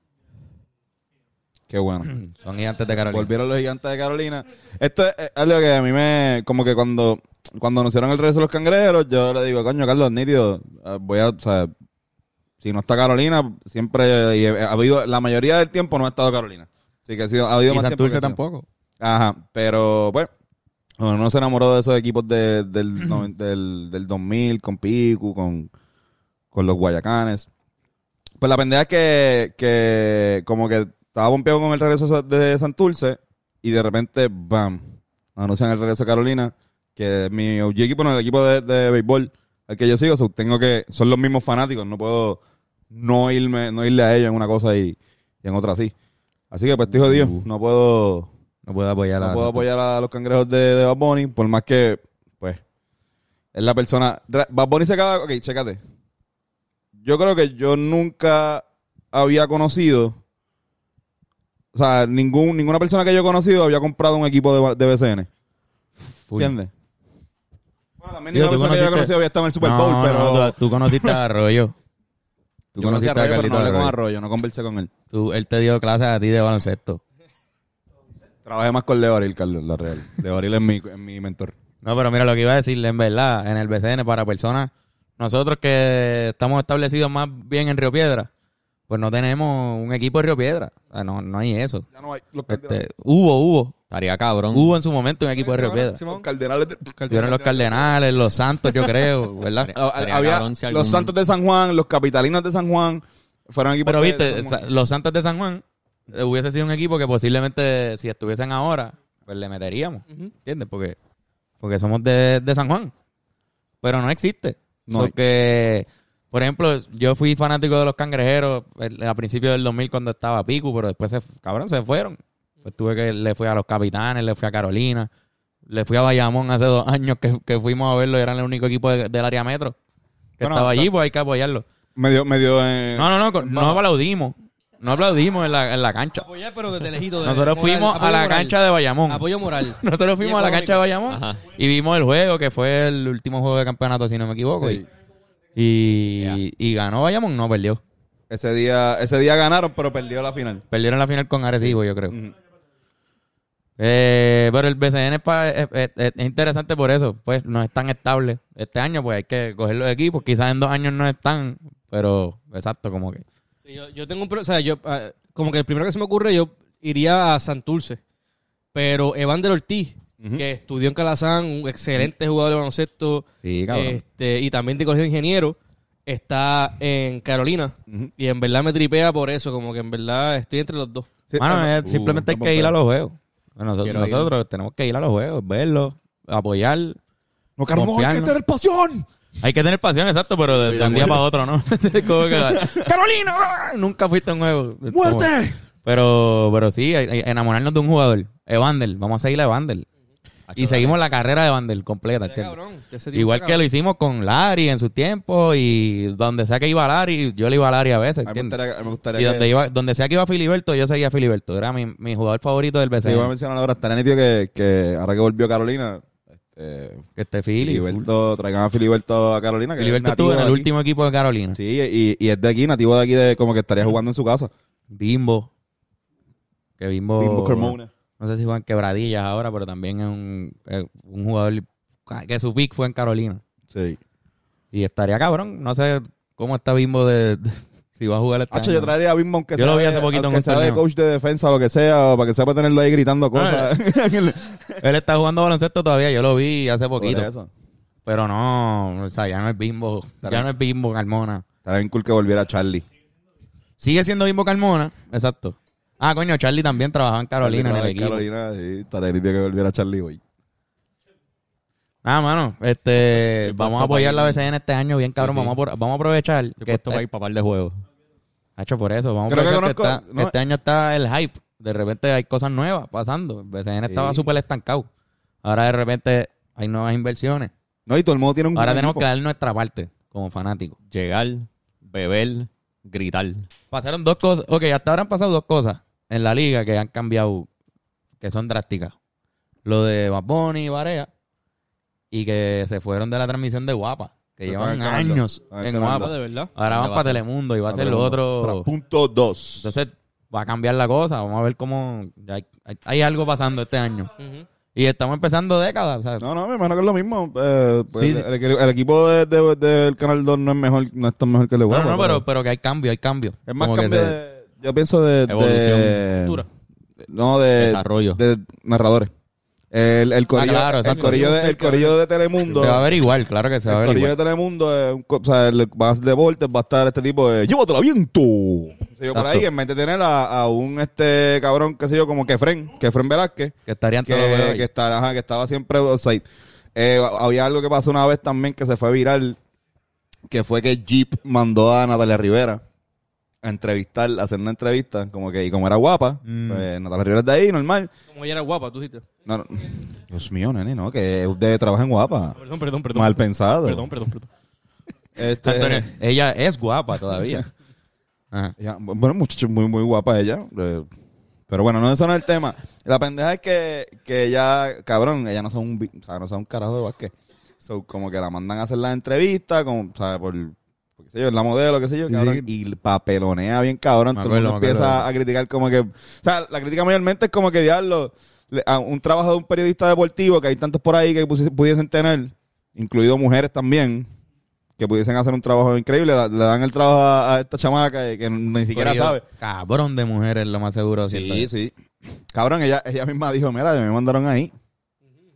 [SPEAKER 1] Qué bueno.
[SPEAKER 2] son gigantes de Carolina.
[SPEAKER 1] Volvieron los gigantes de Carolina. Esto es eh, algo que a mí me. Como que cuando. Cuando anunciaron el regreso de los cangrejeros, yo le digo, coño, Carlos Nítido, eh, voy a. O sea, si no está Carolina, siempre. y he- ha habido. La mayoría del tiempo no ha estado Carolina. Así que ha, sido, ha habido
[SPEAKER 2] Y
[SPEAKER 1] más tiempo. que
[SPEAKER 2] Santurce
[SPEAKER 1] ha sido.
[SPEAKER 2] tampoco.
[SPEAKER 1] Ajá, pero pues uno no se enamoró de esos equipos de- del, noven- del, del 2000 con Picu, con, con los Guayacanes. Pues la pendeja es que, que como que estaba bombeado con el regreso de Santurce y de repente, bam, anuncian el regreso de Carolina, que es mi OG equipo no el equipo de, de béisbol al que yo sigo, so, tengo que, son los mismos fanáticos, no puedo no irme, no irle a ellos en una cosa y, y en otra sí. Así que pues te dijo Dios, no puedo
[SPEAKER 2] No puedo apoyar
[SPEAKER 1] no
[SPEAKER 2] a
[SPEAKER 1] puedo apoyar a los cangrejos de, de Bad Bunny, por más que, pues, es la persona. Ra- Bad Bunny se acaba. Ok, chécate. Yo creo que yo nunca había conocido. O sea, ningún, ninguna persona que yo he conocido había comprado un equipo de, ba- de BCN.
[SPEAKER 2] Full.
[SPEAKER 1] ¿Entiendes? Bueno, también
[SPEAKER 2] Digo,
[SPEAKER 1] ninguna
[SPEAKER 2] tú
[SPEAKER 1] persona que yo
[SPEAKER 2] conociste-
[SPEAKER 1] había conocido había estado en el Super
[SPEAKER 2] No,
[SPEAKER 1] Bowl,
[SPEAKER 2] no,
[SPEAKER 1] pero.
[SPEAKER 2] tú, tú conociste a Arroyo. Tú
[SPEAKER 1] yo conocí a Arroyo, pero no
[SPEAKER 2] Carlito
[SPEAKER 1] hablé con
[SPEAKER 2] Arroyo.
[SPEAKER 1] Arroyo, no conversé con él.
[SPEAKER 2] Tú- él te dio clases a ti de baloncesto.
[SPEAKER 1] Trabajé más con Leoril, Carlos, la real. Leoril es mi, es mi mentor.
[SPEAKER 2] No, pero mira lo que iba a decirle, en verdad, en el BCN para personas, nosotros que estamos establecidos más bien en Río Piedra, pues no tenemos un equipo en Río Piedra. O sea, no, no hay eso.
[SPEAKER 1] Ya no hay. Los,
[SPEAKER 2] Este, hubo, hubo.
[SPEAKER 5] Estaría cabrón.
[SPEAKER 2] Hubo en su momento un equipo de Río
[SPEAKER 3] Simón,
[SPEAKER 2] Piedra.
[SPEAKER 3] Simón,
[SPEAKER 1] cardenales de-
[SPEAKER 2] Tuvieron los Cardenales, los Santos, yo creo, ¿verdad?
[SPEAKER 1] Ah,
[SPEAKER 5] Estaría
[SPEAKER 1] había
[SPEAKER 5] cabrón si
[SPEAKER 1] los
[SPEAKER 5] algún-
[SPEAKER 1] Santos de San Juan, los Capitalinos de San Juan, fueron equipos
[SPEAKER 2] Pero
[SPEAKER 1] de-
[SPEAKER 2] viste,
[SPEAKER 1] de San
[SPEAKER 2] sa-
[SPEAKER 1] Juan.
[SPEAKER 2] los Santos de San Juan eh, hubiese sido un equipo que posiblemente si estuviesen ahora, pues le meteríamos. ¿Entiendes? Porque, porque somos de, de San Juan. Pero no existe.
[SPEAKER 1] No
[SPEAKER 2] porque, por ejemplo, yo fui fanático de los cangrejeros el- a principios del 2000 cuando estaba Pico, pero después, se, cabrón, se fueron. Pues tuve que, le fui a los capitanes, le fui a Carolina, le fui a Bayamón hace dos [laughs] años que, que fuimos a verlo y eran el único equipo de- del área metro que
[SPEAKER 1] Bueno,
[SPEAKER 2] estaba allí,
[SPEAKER 1] ta-
[SPEAKER 2] pues hay que apoyarlo.
[SPEAKER 1] medio medio eh,
[SPEAKER 2] No, no, no, con- no
[SPEAKER 1] Vamos.
[SPEAKER 2] aplaudimos. No aplaudimos en la, en la cancha.
[SPEAKER 4] Apoyar, pero desde lejito.
[SPEAKER 2] Nosotros fuimos a la cancha de Bayamón.
[SPEAKER 4] Apoyo [laughs] moral.
[SPEAKER 2] [laughs] Nosotros fuimos a la cancha de Bayamón
[SPEAKER 5] Ajá.
[SPEAKER 2] y vimos el juego, que fue el último juego de campeonato, si no me equivoco.
[SPEAKER 1] Sí.
[SPEAKER 2] Y, y- y ganó Bayamón, no perdió.
[SPEAKER 1] ese día ese día ganaron, pero perdió la final.
[SPEAKER 2] Perdieron la final con Arecibo, yo creo.
[SPEAKER 1] Ujú.
[SPEAKER 2] Eh, pero el BCN es, pa- es- es- es interesante por eso, pues no es tan estable. Este año, pues hay que coger los equipos. Quizás en dos años no están, pero exacto, como que.
[SPEAKER 3] Sí, yo, yo tengo un pro- o sea, yo ah, como que el primero que se me ocurre yo iría a Santurce. Pero Evander Ortiz,
[SPEAKER 1] Ujú.
[SPEAKER 3] que estudió en Calazán, un excelente jugador de baloncesto,
[SPEAKER 2] Sí, cabrón.
[SPEAKER 3] este, y también de colegio de ingeniero, está en Carolina.
[SPEAKER 1] Ujú.
[SPEAKER 3] Y en verdad me tripea por eso, como que en verdad estoy entre los dos.
[SPEAKER 1] Sí,
[SPEAKER 2] Mano,
[SPEAKER 1] no, no. uh,
[SPEAKER 2] es- simplemente hay que ir a los juegos. Nosotros,
[SPEAKER 5] Quiero ir.
[SPEAKER 2] nosotros tenemos que ir a los juegos, verlos, apoyar.
[SPEAKER 1] No, Carmón, hay que
[SPEAKER 2] confiarnos.
[SPEAKER 1] tener pasión.
[SPEAKER 2] Hay que tener pasión, exacto, pero de, de un día para otro,
[SPEAKER 1] [laughs]
[SPEAKER 2] ¿no? [laughs] Como que, ¡Carolina! ¡ah! Nunca fuiste a un juego.
[SPEAKER 1] [laughs]
[SPEAKER 2] Es como-
[SPEAKER 1] ¡Muerte!
[SPEAKER 2] Pero, pero sí, hay- hay- enamorarnos de un jugador. Evander, vamos a seguir a Evander. Y seguimos la carrera de Evander completa,
[SPEAKER 3] Está
[SPEAKER 2] ¿entiendes?
[SPEAKER 3] cabrón, ese tipo
[SPEAKER 2] Igual
[SPEAKER 3] está
[SPEAKER 2] que
[SPEAKER 3] cabrón.
[SPEAKER 2] lo hicimos con Larry en su tiempo y donde sea que iba Larry, yo le iba a Larry a veces,
[SPEAKER 1] A mí me
[SPEAKER 2] ¿entiendes?
[SPEAKER 1] gustaría, me gustaría
[SPEAKER 2] Y
[SPEAKER 1] que-
[SPEAKER 2] donde, iba, donde sea que iba Filiberto, yo seguía a Filiberto. Era mi, mi jugador favorito del BCN.
[SPEAKER 1] Sí, voy a mencionar ahora, estaría nítido que, que ahora que volvió Carolina, este, eh,
[SPEAKER 2] Que esté Philly. full.
[SPEAKER 1] Filiberto, traigan a Filiberto a Carolina. Que
[SPEAKER 2] Filiberto
[SPEAKER 1] es nativo
[SPEAKER 2] estuvo en
[SPEAKER 1] de
[SPEAKER 2] el
[SPEAKER 1] aquí.
[SPEAKER 2] último equipo de Carolina.
[SPEAKER 1] Sí, y, y es de aquí, nativo de aquí, de como que estaría jugando en su casa.
[SPEAKER 2] Bimbo. Que Bimbo.
[SPEAKER 1] Bimbo Carmona.
[SPEAKER 2] No sé si juegan quebradillas ahora, pero también es un, es un jugador que su pick fue en Carolina.
[SPEAKER 1] Sí.
[SPEAKER 2] Y estaría cabrón. No sé cómo está Bimbo de. de- [laughs] si va a jugar este
[SPEAKER 1] Hacho,
[SPEAKER 2] año.
[SPEAKER 1] yo traería a Bimbo aunque
[SPEAKER 2] Yo
[SPEAKER 1] sea,
[SPEAKER 2] lo vi
[SPEAKER 1] de-
[SPEAKER 2] hace poquito en
[SPEAKER 1] aunque
[SPEAKER 2] un
[SPEAKER 1] sea de
[SPEAKER 2] torneo. Ah,
[SPEAKER 1] coach de defensa o lo que sea, para que sea para tenerlo ahí gritando cosas.
[SPEAKER 2] eh, Él está jugando baloncesto todavía. Yo lo vi hace
[SPEAKER 1] [laughs] Por
[SPEAKER 2] poquito.
[SPEAKER 1] eso.
[SPEAKER 2] Pero no, o sea, ya no es Bimbo. Ya no es Bimbo Carmona.
[SPEAKER 1] Estaría bien cool que volviera Charlie.
[SPEAKER 2] Sigue siendo Bimbo Carmona. Exacto. Ah, coño, Charlie también trabajaba en [laughs] Carolina en el
[SPEAKER 1] Charlie
[SPEAKER 2] equipo.
[SPEAKER 1] Carolina, sí, estaría lindo que volviera Charlie hoy.
[SPEAKER 2] Ah, mano, este, vamos a
[SPEAKER 5] puesto
[SPEAKER 2] apoyar la
[SPEAKER 5] para ir-
[SPEAKER 2] BCN este año bien cabrón.
[SPEAKER 5] sí.
[SPEAKER 2] Vamos, a, apro- vamos a aprovechar
[SPEAKER 5] Yo
[SPEAKER 2] que
[SPEAKER 5] puesto para
[SPEAKER 2] este,
[SPEAKER 5] ir para par de juegos.
[SPEAKER 2] Hacho, por eso. Vamos a
[SPEAKER 1] Creo que
[SPEAKER 2] aprovechar que,
[SPEAKER 1] conozco-
[SPEAKER 2] está-
[SPEAKER 1] no-
[SPEAKER 2] este año está el hype. De repente hay cosas nuevas pasando. BCN estaba
[SPEAKER 1] Sí.
[SPEAKER 2] súper estancado. Ahora de repente hay nuevas inversiones.
[SPEAKER 1] No, y todo el mundo tiene un
[SPEAKER 2] Ahora
[SPEAKER 1] buen
[SPEAKER 2] tenemos
[SPEAKER 1] equipo.
[SPEAKER 2] que dar nuestra parte como fanáticos.
[SPEAKER 5] Llegar, beber, gritar.
[SPEAKER 2] Pasaron dos cosas. Ok, hasta ahora han pasado dos cosas en la liga que han cambiado, que son drásticas. Lo de Bad Bunny y Varea y que se fueron de la transmisión de Guapa, que
[SPEAKER 1] Se
[SPEAKER 2] llevan
[SPEAKER 1] están escalando,
[SPEAKER 2] años
[SPEAKER 1] están
[SPEAKER 2] en
[SPEAKER 1] escalando.
[SPEAKER 3] Ah,
[SPEAKER 2] Guapa.
[SPEAKER 3] de verdad.
[SPEAKER 2] Ahora van
[SPEAKER 5] Va a
[SPEAKER 2] para
[SPEAKER 5] ser-
[SPEAKER 2] Telemundo y va a ser
[SPEAKER 1] Para
[SPEAKER 2] lo
[SPEAKER 1] para
[SPEAKER 2] otro.
[SPEAKER 1] Punto 2.
[SPEAKER 2] Entonces va a cambiar la cosa. Vamos a ver cómo... ya Hay, hay- hay algo pasando este año.
[SPEAKER 3] Ujú.
[SPEAKER 2] Y estamos empezando décadas. o sea,
[SPEAKER 1] No, no, me imagino que es lo mismo. Eh, pues,
[SPEAKER 2] Sí, sí.
[SPEAKER 1] El, el- el equipo de- de- del Canal 2 no es mejor, no es tan mejor que el de
[SPEAKER 2] no,
[SPEAKER 1] Guapa.
[SPEAKER 2] no, pero, pero que hay cambio, hay cambio.
[SPEAKER 1] Es más
[SPEAKER 2] Como que
[SPEAKER 1] cambio
[SPEAKER 2] se-
[SPEAKER 1] de- Yo pienso de... de-
[SPEAKER 5] Evolución.
[SPEAKER 3] Cultura.
[SPEAKER 1] no, de,
[SPEAKER 5] Desarrollo.
[SPEAKER 1] de narradores. El, el corillo,
[SPEAKER 2] Ah, claro,
[SPEAKER 1] el
[SPEAKER 2] exacto.
[SPEAKER 1] corillo, de, el corillo de Telemundo...
[SPEAKER 2] se va a ver igual, claro que se va a
[SPEAKER 1] el
[SPEAKER 2] ver
[SPEAKER 1] corillo
[SPEAKER 2] igual.
[SPEAKER 1] de Telemundo, eh, un co- o sea, el, va a ser deportes, va a estar este tipo de llévatela viento. Qué sé yo, por
[SPEAKER 2] Exacto.
[SPEAKER 1] ahí, en vez de tener a, a un este cabrón, qué sé yo, como Kefren, Kefren Velázquez, [laughs]
[SPEAKER 2] Que estarían todos los
[SPEAKER 1] que,
[SPEAKER 2] juegos
[SPEAKER 1] que, este-
[SPEAKER 2] ahí.
[SPEAKER 1] está- ajá, que estaba siempre outside. Eh, había algo que pasó una vez también que se fue viral, que fue que Jeep mandó a Natalia Rivera a entrevistar, a hacer una entrevista, como que, y como era guapa, pues, Natalia Rivera es de ahí, normal.
[SPEAKER 3] Como ella era guapa, tú dijiste.
[SPEAKER 1] No, no. Dios mío, nene, no, que usted trabaja en guapa.
[SPEAKER 3] Perdón, perdón, perdón.
[SPEAKER 1] Mal pensado.
[SPEAKER 3] Perdón, perdón, perdón.
[SPEAKER 1] Este,
[SPEAKER 2] Antonio, ella es
[SPEAKER 1] [laughs]
[SPEAKER 2] guapa todavía. Ajá.
[SPEAKER 1] Ella- bueno, muchacho, muy, muy guapa ella. eh, pero bueno, no, eso no es el tema. La pendeja es que, que ella, cabrón, ella no sabe un, bi- o sea, no sabe un carajo de básquet. So, como que la mandan a hacer la entrevista, como, o sea, por, por qué sé yo, es la modelo, qué sé yo,
[SPEAKER 2] Sí,
[SPEAKER 1] cabrón,
[SPEAKER 2] sí.
[SPEAKER 1] y papelonea bien cabrón.
[SPEAKER 2] Me
[SPEAKER 1] Todo el mundo
[SPEAKER 2] acuerdo, me acuerdo.
[SPEAKER 1] empieza a criticar como que, o sea, la crítica mayormente es como que diablo, le- a un trabajo de un periodista deportivo, que hay tantos por ahí que pusi- pudiesen tener, incluido mujeres también, que pudiesen hacer un trabajo increíble, da- le dan el trabajo a, a esta chamaca eh, que ni siquiera
[SPEAKER 2] Corillo,
[SPEAKER 1] sabe.
[SPEAKER 2] Cabrón de mujeres, Pues lo más seguro. siento
[SPEAKER 1] Sí,
[SPEAKER 2] yo.
[SPEAKER 1] sí. Cabrón, ella, ella misma dijo, mira, me mandaron ahí.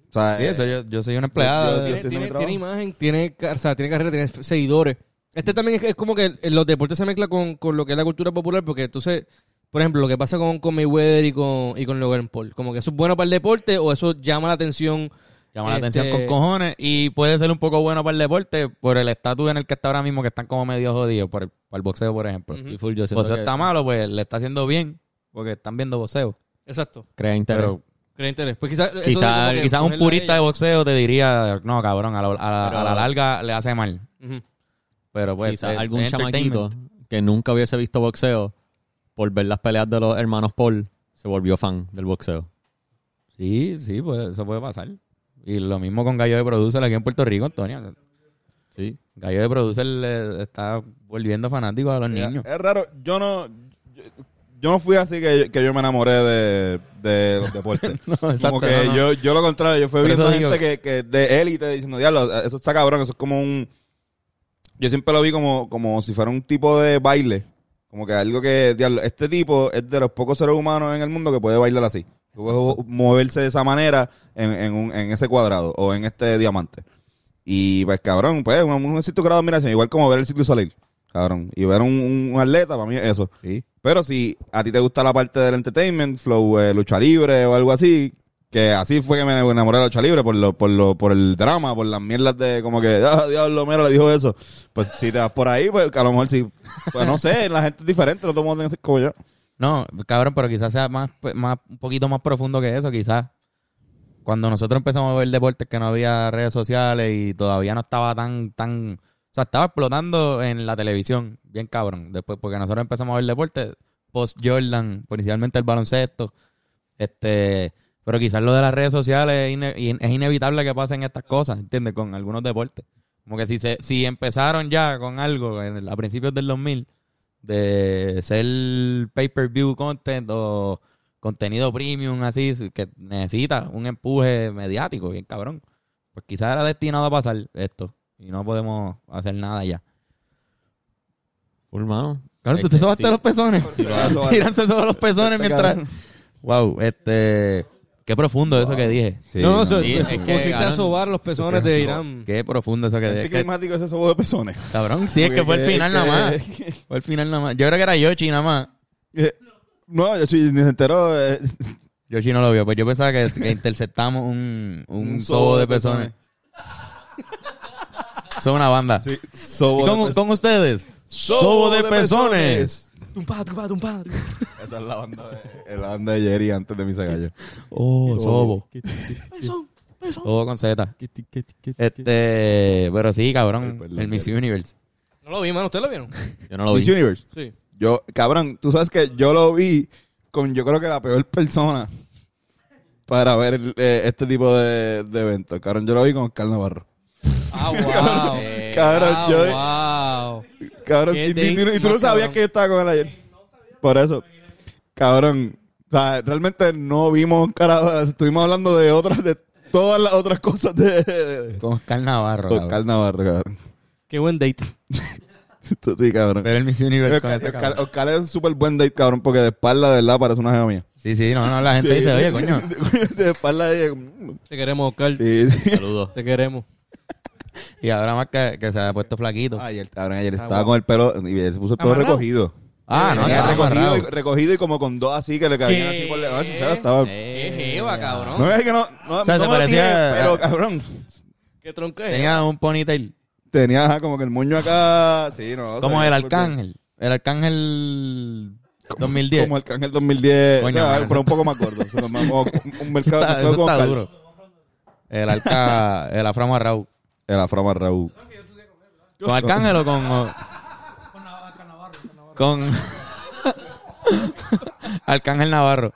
[SPEAKER 1] O sea,
[SPEAKER 2] Sí, eso, yo, yo soy una empleada.
[SPEAKER 1] Yo- yo-
[SPEAKER 3] Ah,
[SPEAKER 1] estoy
[SPEAKER 3] Tiene,
[SPEAKER 1] haciendo
[SPEAKER 3] tiene-
[SPEAKER 1] mi trabajo.
[SPEAKER 3] tiene imagen, tiene, ca- o sea, tiene carrera, tiene seguidores. Este también es, es como que los deportes se mezclan con, con lo que es la cultura popular, porque entonces, por ejemplo, lo que pasa con, con Mayweather y con, y con Logan Paul, como que eso es bueno para el deporte o eso llama la atención.
[SPEAKER 2] Llama la
[SPEAKER 3] Este-
[SPEAKER 2] atención con cojones y puede ser un poco bueno para el deporte por el estatus en el que está ahora mismo, que están como medio jodidos por el, para el boxeo, por ejemplo.
[SPEAKER 3] Ujú.
[SPEAKER 2] Si
[SPEAKER 5] Y full, yo
[SPEAKER 2] el
[SPEAKER 5] siento
[SPEAKER 2] boxeo
[SPEAKER 5] que
[SPEAKER 2] está malo, pues le está haciendo bien porque están viendo boxeo.
[SPEAKER 3] Exacto,
[SPEAKER 5] Crea interés.
[SPEAKER 2] Pero
[SPEAKER 3] crea interés. Pues quizás
[SPEAKER 5] Quizá-
[SPEAKER 2] quizás un purista de boxeo te diría, no, cabrón, a la, a la-
[SPEAKER 5] Pero-
[SPEAKER 2] a la larga le hace mal.
[SPEAKER 3] de...
[SPEAKER 2] Pero pues,
[SPEAKER 5] Quizá
[SPEAKER 2] es-
[SPEAKER 5] algún
[SPEAKER 2] es
[SPEAKER 5] chamaquito
[SPEAKER 2] entertainment.
[SPEAKER 5] que nunca hubiese visto boxeo, por ver las peleas de los hermanos Paul, se volvió fan del boxeo.
[SPEAKER 2] Sí, sí, pues eso puede pasar. Y lo mismo con Gallo de Producer aquí en Puerto Rico, Antonio.
[SPEAKER 5] Sí.
[SPEAKER 2] Gallo de Producer le está volviendo fanático a los
[SPEAKER 1] Mira,
[SPEAKER 2] niños.
[SPEAKER 1] Es raro, yo no. Yo, yo no fui así que, que yo me enamoré de, de
[SPEAKER 2] [laughs]
[SPEAKER 1] los deportes.
[SPEAKER 2] exacto,
[SPEAKER 1] como que
[SPEAKER 2] no, no.
[SPEAKER 1] Yo, yo lo contrario, yo fui
[SPEAKER 2] Por
[SPEAKER 1] viendo
[SPEAKER 2] eso
[SPEAKER 1] gente
[SPEAKER 2] digo-
[SPEAKER 1] que, que de élite diciendo, diablo, eso está cabrón, eso es como un. Yo siempre lo vi como, como si fuera un tipo de baile. Como que algo que, diablo, este tipo es de los pocos seres humanos en el mundo que puede bailar así. Que Puede moverse de esa manera en, en, un- en ese cuadrado o en este diamante. Y pues, cabrón, pues, un, un cierto grado de admiración, igual como ver el ciclo salir, cabrón. Y ver un, un- un atleta, para mí es eso.
[SPEAKER 2] Sí.
[SPEAKER 1] Pero si a ti te gusta la parte del entertainment, flow, eh, lucha libre o algo así, que así fue que me enamoré de la lucha libre por lo, por lo, por el drama, por las mierdas de como que, ah, diablo, mira, le dijo eso. Pues si te vas por ahí, pues que a lo mejor sí, pues no sé, [laughs] la gente es diferente, no todo el mundo tiene que ser como yo.
[SPEAKER 2] No, cabrón, pero quizás sea más, pues, más, un poquito más profundo que eso, quizás. Cuando nosotros empezamos a ver deportes que no había redes sociales y todavía no estaba tan, tan, o sea, estaba explotando en la televisión, bien cabrón. Después, porque nosotros empezamos a ver deportes post Jordan, principalmente el baloncesto, este, Pero quizás lo de las redes sociales es, ine- y- es inevitable que pasen estas cosas, ¿entiendes? Con algunos deportes. Como que si, se, si empezaron ya con algo en el- a principios del 2000 de ser pay-per-view content o contenido premium así, que necesita un empuje mediático, bien cabrón. Pues quizás era destinado a pasar esto y no podemos hacer nada ya. Este,
[SPEAKER 5] Hermano.
[SPEAKER 2] Claro,
[SPEAKER 5] Es
[SPEAKER 2] tú
[SPEAKER 5] que
[SPEAKER 2] te sobaste
[SPEAKER 5] sí.
[SPEAKER 2] los pezones. [laughs] Tiranse sobre los pezones mientras. Wow, este. Qué profundo eso que dije.
[SPEAKER 1] Sí,
[SPEAKER 3] no, no,
[SPEAKER 1] no.
[SPEAKER 3] eso-
[SPEAKER 5] Y es que
[SPEAKER 3] pusiste a
[SPEAKER 5] ganan-
[SPEAKER 3] sobar los pezones de Irán.
[SPEAKER 2] Qué profundo eso que
[SPEAKER 1] Este
[SPEAKER 2] dije. Que-
[SPEAKER 1] climático es ese sobo de pezones.
[SPEAKER 2] cabrón, sí, es que fue el final
[SPEAKER 1] [laughs]
[SPEAKER 2] nada más. Fue el final nada más. Yo creo que era Yoshi nada más.
[SPEAKER 1] No, yo sí, ni se enteró. eh,
[SPEAKER 2] Yoshi no lo vio, pues yo pensaba que, que interceptamos un, un,
[SPEAKER 1] Un
[SPEAKER 2] sobo, de pezones. Son una banda.
[SPEAKER 1] sí,
[SPEAKER 2] ¿Y
[SPEAKER 1] sobo de
[SPEAKER 2] con,
[SPEAKER 1] pezones.
[SPEAKER 2] con ustedes? Sobo, de, pezones.
[SPEAKER 4] Tumpa, tumpa, tumpa.
[SPEAKER 1] Esa es la banda de, la banda de Jerry antes de mis agallas.
[SPEAKER 2] Oh, sobo. Sobo con Z. Este, pero sí, cabrón.
[SPEAKER 1] Perdón,
[SPEAKER 2] El Miss
[SPEAKER 1] perdón.
[SPEAKER 2] Universe.
[SPEAKER 3] No lo vi, mano. ¿Ustedes lo vieron?
[SPEAKER 5] Yo no lo
[SPEAKER 1] Miss
[SPEAKER 5] vi.
[SPEAKER 1] Universe.
[SPEAKER 3] Sí.
[SPEAKER 1] Yo, cabrón, tú sabes que yo lo vi con yo creo que la peor persona para ver eh, este tipo de, de eventos. Cabrón, yo lo vi con Oscar Navarro.
[SPEAKER 3] Ah, wow.
[SPEAKER 1] cabrón, yo.
[SPEAKER 3] wow.
[SPEAKER 1] Cabrón,
[SPEAKER 3] Qué
[SPEAKER 1] y, y- y tú- y tú
[SPEAKER 3] más
[SPEAKER 1] no sabías
[SPEAKER 3] cabrón.
[SPEAKER 1] que yo estaba con él ayer. Por eso. Cabrón. O sea, realmente no vimos cara. Estuvimos hablando de otras, de todas las otras cosas de, de-
[SPEAKER 2] Con Oscar
[SPEAKER 1] de
[SPEAKER 2] Navarro. cabrón.
[SPEAKER 1] Oscar Navarro, cabrón. [laughs]
[SPEAKER 3] Qué buen date.
[SPEAKER 1] Esto Sí, cabrón.
[SPEAKER 2] Pero el Miss Universe con
[SPEAKER 1] Oscar,
[SPEAKER 2] ese
[SPEAKER 1] Oscar-
[SPEAKER 2] cabrón.
[SPEAKER 1] Oscar es un súper buen date, cabrón, porque de espalda, de verdad, parece una jeva mía.
[SPEAKER 2] Sí, sí, no, no, la gente dice, oye,
[SPEAKER 1] [laughs]
[SPEAKER 2] coño.
[SPEAKER 1] de espalda de...
[SPEAKER 3] Te queremos, Oscar.
[SPEAKER 1] "Mm, Sí,
[SPEAKER 2] [laughs]
[SPEAKER 1] sí.
[SPEAKER 3] [laughs]
[SPEAKER 5] Saludos.
[SPEAKER 3] Te queremos.
[SPEAKER 2] Y ahora más que, que se ha puesto flaquito.
[SPEAKER 1] Ay, el cabrón ayer estaba
[SPEAKER 3] guau.
[SPEAKER 1] con el pelo... Y él se puso el pelo
[SPEAKER 3] ¿Amarrado?
[SPEAKER 1] recogido.
[SPEAKER 2] Ah, no,
[SPEAKER 1] Tenía
[SPEAKER 2] estaba
[SPEAKER 1] recogido, y,
[SPEAKER 2] amarrado.
[SPEAKER 1] recogido y como con dos así que le cabían así por la noche. O sea, estaba...
[SPEAKER 3] Qué jeva, cabrón.
[SPEAKER 1] No es que no... no
[SPEAKER 2] O sea,
[SPEAKER 1] no
[SPEAKER 2] te
[SPEAKER 1] me lo
[SPEAKER 2] parecía-
[SPEAKER 1] niegues, Pero, cabrón,
[SPEAKER 3] Qué tronco es.
[SPEAKER 2] Tenía un ponytail.
[SPEAKER 1] tenía ajá, como que el moño acá... Sí, no...
[SPEAKER 2] Como
[SPEAKER 1] se-
[SPEAKER 2] el arcángel. El arcángel 2010.
[SPEAKER 1] Como el Arcángel 2010.
[SPEAKER 2] Coño,
[SPEAKER 1] Ah,
[SPEAKER 2] mano.
[SPEAKER 1] pero un poco más gordo. O sea, como un- un
[SPEAKER 2] Eso
[SPEAKER 1] mercado...
[SPEAKER 2] está,
[SPEAKER 1] un
[SPEAKER 2] eso
[SPEAKER 1] mercado
[SPEAKER 2] está
[SPEAKER 1] con cal-
[SPEAKER 2] duro. El arca, el afro amarrado.
[SPEAKER 1] El afro Raúl.
[SPEAKER 2] ¿Con arcángel o con...? o- Con... [laughs] Arcángel Navarro.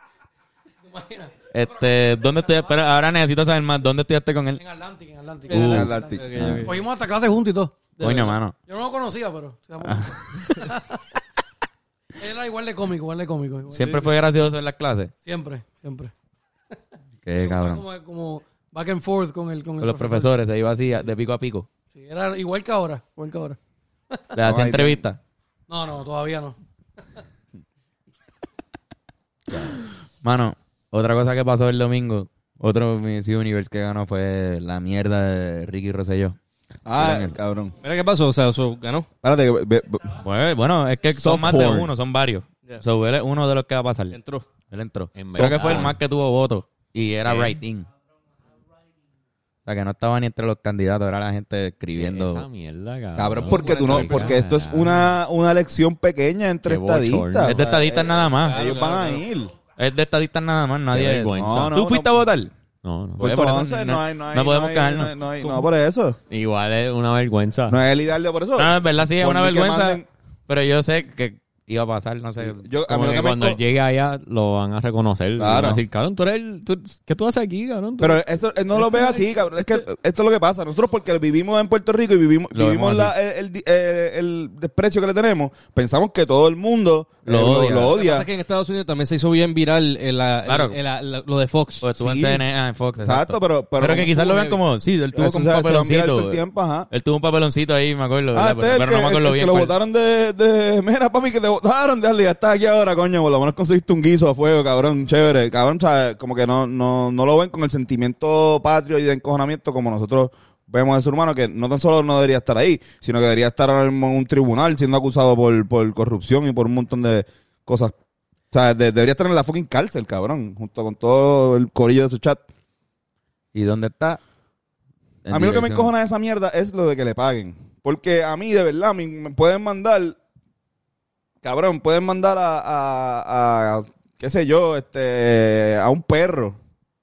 [SPEAKER 2] Este, ¿dónde estoy? Pero ahora necesito saber más. ¿Dónde estudiaste con él?
[SPEAKER 4] En Atlantic, en Atlantic.
[SPEAKER 1] Uh,
[SPEAKER 4] En
[SPEAKER 1] Atlantic.
[SPEAKER 3] ok, ok.
[SPEAKER 4] Cogimos hasta clase juntos y todo.
[SPEAKER 2] Coño, mano.
[SPEAKER 4] Yo no lo conocía, pero. Él [laughs] era igual de cómico, igual de cómico. igual de-
[SPEAKER 2] Ah. Siempre fue gracioso en las clases.
[SPEAKER 4] Siempre, siempre.
[SPEAKER 2] Qué cabrón.
[SPEAKER 4] Como, como back and forth con el, con el
[SPEAKER 2] Con los
[SPEAKER 4] profesor.
[SPEAKER 2] profesores, se iba así de pico a pico.
[SPEAKER 4] Sí, era igual que ahora, igual que ahora.
[SPEAKER 2] Le hacía
[SPEAKER 1] ahí
[SPEAKER 2] entrevistas.
[SPEAKER 4] No, no, todavía no.
[SPEAKER 2] Mano, otra cosa que pasó el domingo, otro Miss Universe que ganó fue la mierda de Ricky Rosselló.
[SPEAKER 1] Ah, cabrón.
[SPEAKER 3] Mira qué pasó. O sea, eso ganó.
[SPEAKER 1] Espérate que... ve- ve-
[SPEAKER 2] Pues, bueno, es que son
[SPEAKER 1] Soft
[SPEAKER 2] más de
[SPEAKER 1] porn.
[SPEAKER 2] uno, son varios.
[SPEAKER 3] Yeah.
[SPEAKER 2] So, él es uno de los que va a pasar. Él
[SPEAKER 3] Entró.
[SPEAKER 2] entró.
[SPEAKER 5] En
[SPEAKER 2] Creo que
[SPEAKER 5] verdad.
[SPEAKER 2] fue el más que tuvo votos. Y era
[SPEAKER 5] Sí.
[SPEAKER 2] right in. O sea, que no estaba ni entre los candidatos, era la gente
[SPEAKER 5] Esa
[SPEAKER 2] escribiendo.
[SPEAKER 5] mierda, cabrón.
[SPEAKER 1] Cabrón, porque tú no,
[SPEAKER 5] Qué
[SPEAKER 1] porque esto es una, una lección pequeña entre
[SPEAKER 5] Qué bochorno.
[SPEAKER 1] estadistas.
[SPEAKER 2] Es de estadistas
[SPEAKER 1] Eh,
[SPEAKER 2] nada más.
[SPEAKER 1] Ellos van a ir.
[SPEAKER 2] Es de estadistas nada más, nadie.
[SPEAKER 5] vergüenza.
[SPEAKER 1] No, no,
[SPEAKER 2] ¿Tú fuiste
[SPEAKER 1] no.
[SPEAKER 2] a votar?
[SPEAKER 5] No, no.
[SPEAKER 1] Pues
[SPEAKER 2] Por eso
[SPEAKER 1] entonces no, hay, no hay,
[SPEAKER 2] no podemos
[SPEAKER 1] hay-
[SPEAKER 2] quejarnos.
[SPEAKER 1] no hay- No, hay- no, por eso.
[SPEAKER 5] Igual es una
[SPEAKER 2] Ah.
[SPEAKER 5] vergüenza.
[SPEAKER 1] No es el ideal por eso.
[SPEAKER 2] No, es verdad, sí, es
[SPEAKER 1] Por
[SPEAKER 2] una
[SPEAKER 1] mí que
[SPEAKER 2] vergüenza.
[SPEAKER 1] manden-
[SPEAKER 2] Pero yo sé que iba a pasar, no sé.
[SPEAKER 1] Yo, a
[SPEAKER 5] Como
[SPEAKER 1] mí lo
[SPEAKER 5] que
[SPEAKER 1] que me
[SPEAKER 5] cuando
[SPEAKER 1] co-
[SPEAKER 5] él llegue allá lo van a reconocer. y Van
[SPEAKER 1] Claro.
[SPEAKER 5] a decir, cabrón, tú eres el... tú- ¿Qué tú haces aquí, cabrón? Tú-
[SPEAKER 1] Pero eso eh, no lo ve así, cabrón. Es que esto es lo que pasa. Nosotros, porque vivimos en Puerto Rico y vivimos,
[SPEAKER 2] Lo
[SPEAKER 1] vivimos
[SPEAKER 2] vemos así.
[SPEAKER 1] la- el, el- eh, el desprecio que le tenemos, pensamos que todo el mundo eh,
[SPEAKER 2] Lo odia.
[SPEAKER 1] Lo,
[SPEAKER 3] Lo que pasa
[SPEAKER 1] odia.
[SPEAKER 3] es que en Estados Unidos también se hizo bien viral el- la- el-
[SPEAKER 2] Claro.
[SPEAKER 3] el- la- la- lo de Fox.
[SPEAKER 2] Pues estuvo en
[SPEAKER 1] Sí.
[SPEAKER 2] CNN, en Fox.
[SPEAKER 1] Exacto, pero- pero-
[SPEAKER 2] que quizás lo vean como. Sí, él tuvo
[SPEAKER 1] Eso
[SPEAKER 2] como
[SPEAKER 1] se-
[SPEAKER 2] un
[SPEAKER 1] se va a mirar todo
[SPEAKER 2] papeloncito.
[SPEAKER 1] el tiempo, ajá.
[SPEAKER 2] Él tuvo un papeloncito ahí, me acuerdo.
[SPEAKER 1] Ah,
[SPEAKER 2] ¿verdad?
[SPEAKER 1] este es
[SPEAKER 2] pero
[SPEAKER 1] el
[SPEAKER 2] pero no
[SPEAKER 1] que-
[SPEAKER 2] me acuerdo
[SPEAKER 1] el
[SPEAKER 2] bien.
[SPEAKER 1] que lo
[SPEAKER 2] cuál.
[SPEAKER 1] votaron de, de- Mira, papi, que te votaron. Dale, ya estás aquí ahora, coño. Por lo menos conseguiste un guiso a fuego, cabrón. Chévere. Cabrón, ¿sabes? como que no, no, no lo ven con el sentimiento patrio y de encojonamiento como nosotros vemos al ser humano, que no tan solo no debería estar ahí, sino que debería estar ahora mismo en un tribunal siendo acusado por, por corrupción y por un montón de cosas. O sea, de- debería estar en la fucking cárcel, cabrón, junto con todo el corillo de su chat.
[SPEAKER 2] ¿Y dónde está? En
[SPEAKER 1] a mí lo que me
[SPEAKER 2] dirección.
[SPEAKER 1] encojona de esa mierda es lo de que le paguen. Porque a mí, de verdad, me, me pueden mandar. Cabrón, pueden mandar a, a- a- qué sé yo, este. A un perro.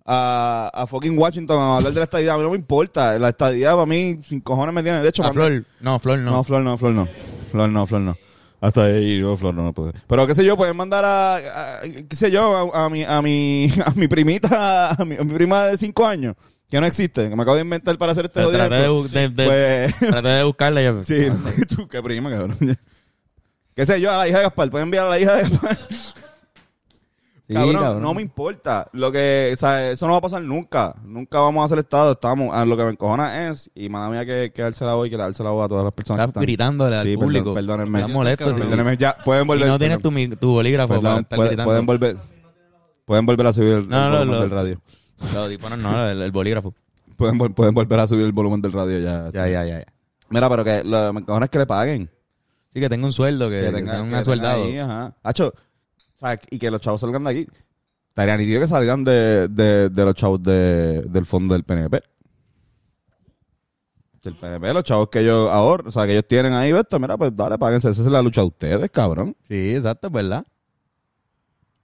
[SPEAKER 1] A, a fucking Washington a hablar de la estadidad. A mí no me importa. La estadidad para mí, sin cojones me tienen. De hecho,
[SPEAKER 2] A
[SPEAKER 1] manda-
[SPEAKER 2] Flor. No, Flor no.
[SPEAKER 1] No, Flor no, Flor no. Flor no, Flor no. Hasta ahí, no, Flor, no me puede. Pero qué sé yo, pueden mandar a, a- qué sé yo, a, a mi, a mi, [laughs] a mi primita, a mi, a mi prima de 5 años, que no existe, que me acabo de inventar para hacer este
[SPEAKER 2] Traté
[SPEAKER 1] jodido.
[SPEAKER 2] de, bu- de- de-
[SPEAKER 1] Pues, [laughs]
[SPEAKER 2] traté de buscarla. y Yo,
[SPEAKER 1] sí, tú, qué prima, cabrón. [laughs] Qué sé yo, a la hija de Gaspar, pueden enviar a la hija de Gaspar. [laughs]
[SPEAKER 2] Sí,
[SPEAKER 1] cabrón,
[SPEAKER 2] cabrón.
[SPEAKER 1] no me importa. Lo que, o sea, eso no va a pasar nunca. Nunca vamos a hacer estado. Estamos, a lo que me encojona es, y mala mía que, que dársela hoy, que dársela hoy a todas las personas.
[SPEAKER 2] Estás
[SPEAKER 1] que están-
[SPEAKER 2] gritándole al
[SPEAKER 1] Sí, perdón,
[SPEAKER 2] público.
[SPEAKER 1] perdónenme.
[SPEAKER 2] Estás molesto. sí.
[SPEAKER 1] Perdóneme, ya, pueden
[SPEAKER 2] Y
[SPEAKER 1] volver.
[SPEAKER 2] no tienes
[SPEAKER 1] perdón.
[SPEAKER 2] tu, mi- tu bolígrafo para
[SPEAKER 1] Perdón,
[SPEAKER 2] estar
[SPEAKER 1] puede-
[SPEAKER 2] gritando.
[SPEAKER 1] pueden volver. Pueden volver a subir el,
[SPEAKER 2] No,
[SPEAKER 1] el
[SPEAKER 2] no,
[SPEAKER 1] volumen
[SPEAKER 2] no.
[SPEAKER 1] del radio.
[SPEAKER 2] Los audífonos no, el, el bolígrafo.
[SPEAKER 1] Pueden, vol- pueden volver a subir el volumen del radio ya.
[SPEAKER 2] Ya, ya, ya. ya.
[SPEAKER 1] Mira, pero que lo me encojona es que le paguen.
[SPEAKER 2] Sí, que tenga un sueldo, que,
[SPEAKER 1] Que
[SPEAKER 2] que
[SPEAKER 1] tenga-
[SPEAKER 2] sea un
[SPEAKER 1] que
[SPEAKER 2] sueldado.
[SPEAKER 1] tenga ahí, ajá. Hacho, o sea, y que los chavos salgan de aquí. Estaría nítido que salgan de, de, de los chavos de- del fondo del PNP. Del PNP, los chavos que ellos ahora, o sea, que ellos tienen ahí, esto, mira, pues dale, páguense. Esa es la lucha de ustedes, cabrón.
[SPEAKER 2] Sí, exacto, es ¿verdad?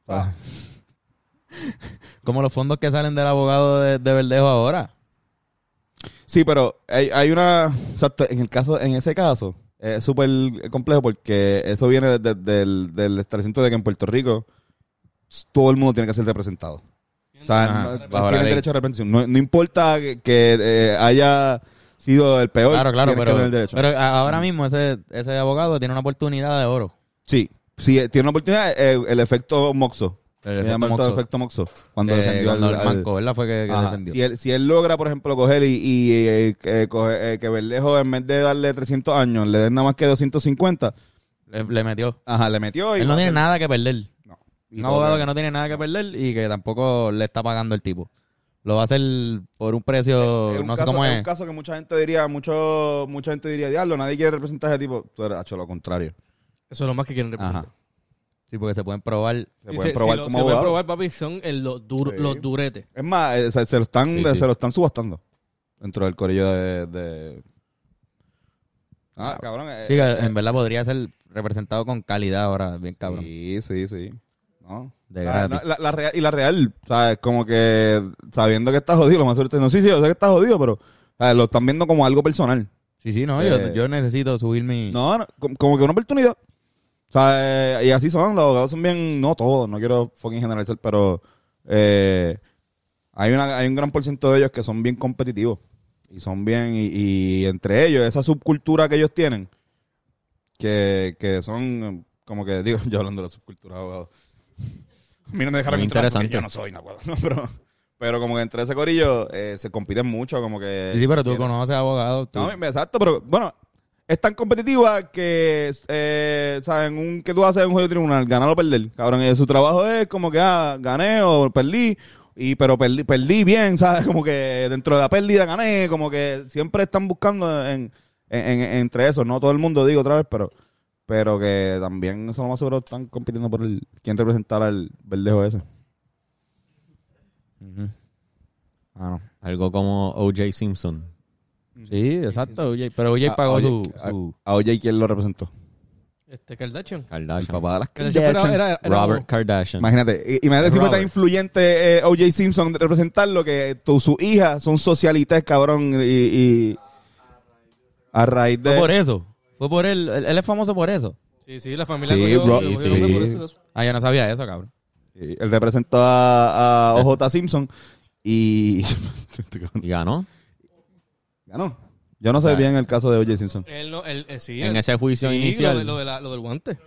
[SPEAKER 1] Ah.
[SPEAKER 2] [laughs] Como los fondos que salen del abogado de, de Verdejo ahora.
[SPEAKER 1] Sí, pero hay, hay una. Exacto, en, el caso, en ese caso, eh, es súper complejo porque eso viene desde del, del establecimiento de que en Puerto Rico todo el mundo tiene que ser representado. O sea,
[SPEAKER 2] Ajá,
[SPEAKER 1] no-
[SPEAKER 2] bajo la
[SPEAKER 1] tienen
[SPEAKER 2] ley.
[SPEAKER 1] derecho a representación. No, no importa que, que, eh, haya sido el peor.
[SPEAKER 2] claro, claro,
[SPEAKER 1] tienen que
[SPEAKER 2] pero,
[SPEAKER 1] tener derecho.
[SPEAKER 2] pero a- ahora mismo ese, ese abogado tiene una oportunidad de oro.
[SPEAKER 1] sí, sí, eh, tiene una oportunidad eh, el efecto Moxo.
[SPEAKER 2] El
[SPEAKER 1] Le
[SPEAKER 2] efecto
[SPEAKER 1] llaman todo
[SPEAKER 2] Moxo.
[SPEAKER 1] efecto Moxo. Cuando
[SPEAKER 2] Eh,
[SPEAKER 1] defendió
[SPEAKER 2] cuando
[SPEAKER 1] al-
[SPEAKER 2] el
[SPEAKER 1] al-
[SPEAKER 2] banco, ¿verdad? Fue que, que
[SPEAKER 1] Ajá.
[SPEAKER 2] defendió.
[SPEAKER 1] Si él, si él logra, por ejemplo, coger y, y, eh, eh, coge- eh, que Verdejo, en vez de darle 300 años, le den nada más que 250,
[SPEAKER 2] Le, le metió.
[SPEAKER 1] ajá, le metió. Y
[SPEAKER 2] Él no tiene nada que perder.
[SPEAKER 1] No. Y
[SPEAKER 2] Un
[SPEAKER 1] todo
[SPEAKER 2] abogado
[SPEAKER 1] bien.
[SPEAKER 2] que no tiene nada que perder y que tampoco le está pagando el tipo. Lo va a hacer por un precio,
[SPEAKER 1] Es Eh, un
[SPEAKER 2] no sé
[SPEAKER 1] caso-
[SPEAKER 2] cómo
[SPEAKER 1] es
[SPEAKER 2] es.
[SPEAKER 1] un caso que mucha gente diría, mucho, mucha gente diría, diablo, nadie quiere representar a ese tipo. Tú eres hecho lo contrario.
[SPEAKER 3] Eso es lo más que quieren representar.
[SPEAKER 1] Ajá.
[SPEAKER 2] Sí, porque se pueden probar.
[SPEAKER 1] Se
[SPEAKER 3] Y
[SPEAKER 1] pueden probar
[SPEAKER 3] lo-
[SPEAKER 1] como
[SPEAKER 3] se pueden
[SPEAKER 1] abogado.
[SPEAKER 3] probar, papi, son el- los, dur-
[SPEAKER 1] Sí.
[SPEAKER 3] los duretes.
[SPEAKER 1] Es más, eh, se, se lo están,
[SPEAKER 2] Sí,
[SPEAKER 1] se
[SPEAKER 2] sí.
[SPEAKER 1] lo están subastando dentro del corillo de... de- Ah, cabrón. eh,
[SPEAKER 2] Sí, que
[SPEAKER 1] eh,
[SPEAKER 2] en verdad podría ser representado con calidad ahora, bien cabrón.
[SPEAKER 1] Sí, sí, sí. No.
[SPEAKER 2] De
[SPEAKER 1] Ah,
[SPEAKER 2] gratis.
[SPEAKER 1] no, la- la real- y la real, ¿sabes? Como que sabiendo que está jodido, lo más suerte no, sí, sí, yo sé que está jodido, pero ¿sabes? lo están viendo como algo personal.
[SPEAKER 2] Sí, sí, no,
[SPEAKER 1] Eh,
[SPEAKER 2] yo, yo necesito subir mi...
[SPEAKER 1] No, no, com- como que una oportunidad. ¿Sabes? Y así son, los abogados son bien, no todos, no quiero fucking generalizar, pero eh, hay, una, hay un gran por ciento de ellos que son bien competitivos. Y son bien, y, y entre ellos, esa subcultura que ellos tienen, que, que son, eh, como que digo, [laughs] yo hablando de la subcultura de abogados. [laughs] Miren, me dejaron
[SPEAKER 5] Muy
[SPEAKER 1] entrar porque
[SPEAKER 5] interesante.
[SPEAKER 1] yo no soy, no puedo, [laughs] no, pero, pero como que entre ese corillo eh, se compiten mucho, como que...
[SPEAKER 2] sí, sí, pero tú
[SPEAKER 1] quieren-
[SPEAKER 2] conoces abogados. tú-
[SPEAKER 1] eh, no, me- exacto, pero bueno, es tan competitiva que, eh, ¿saben? Un, que tú haces en un juego de tribunal, ganar o perder. Cabrón, eh, su trabajo es como que ah, gané o perdí, y pero perdí, perdí bien, [laughs] ¿sabes? Como que dentro de la pérdida gané, como que siempre están buscando en, en- en- entre eso. No todo el mundo, digo otra vez, pero pero que también eso lo más seguro están compitiendo por el quién representará al verdejo ese.
[SPEAKER 2] Ujú. Ah, no.
[SPEAKER 5] Algo como O.J. Simpson.
[SPEAKER 2] Sí, exacto, OJ, pero OJ
[SPEAKER 1] A-
[SPEAKER 2] pagó
[SPEAKER 1] a
[SPEAKER 2] su...
[SPEAKER 1] OJ a-
[SPEAKER 2] su-
[SPEAKER 1] A OJ, ¿quién lo representó?
[SPEAKER 3] Este Kardashian.
[SPEAKER 1] El
[SPEAKER 5] Kardashian.
[SPEAKER 1] papá de las
[SPEAKER 3] Kardashian fuera-
[SPEAKER 1] Kardashian.
[SPEAKER 3] era- era-
[SPEAKER 5] Robert Kardashian.
[SPEAKER 1] Imagínate, i- imagínate si fue tan
[SPEAKER 5] Robert.
[SPEAKER 1] influyente eh, O.J. Simpson de representarlo que tu, su hija son socialites, cabrón, y, y- a raíz
[SPEAKER 2] Fue por
[SPEAKER 1] de...
[SPEAKER 2] eso. Fue por él. Él, él es famoso por eso.
[SPEAKER 3] Sí, sí, la familia.
[SPEAKER 1] Sí,
[SPEAKER 3] cogió-
[SPEAKER 1] bro,
[SPEAKER 3] cogió
[SPEAKER 1] sí,
[SPEAKER 3] nombre
[SPEAKER 1] sí.
[SPEAKER 3] por eso, eso.
[SPEAKER 2] Ah, yo no sabía eso, cabrón.
[SPEAKER 1] y Él representó a, a O.J. Simpson y... [laughs]
[SPEAKER 5] Y ganó.
[SPEAKER 1] Ganó. Yo no sé bien el caso de O.J. Simpson.
[SPEAKER 3] Él no, él, eh, sí,
[SPEAKER 5] En
[SPEAKER 3] él-
[SPEAKER 5] ese juicio
[SPEAKER 3] sí,
[SPEAKER 5] inicial
[SPEAKER 3] Lo, de- lo de la- lo del guante.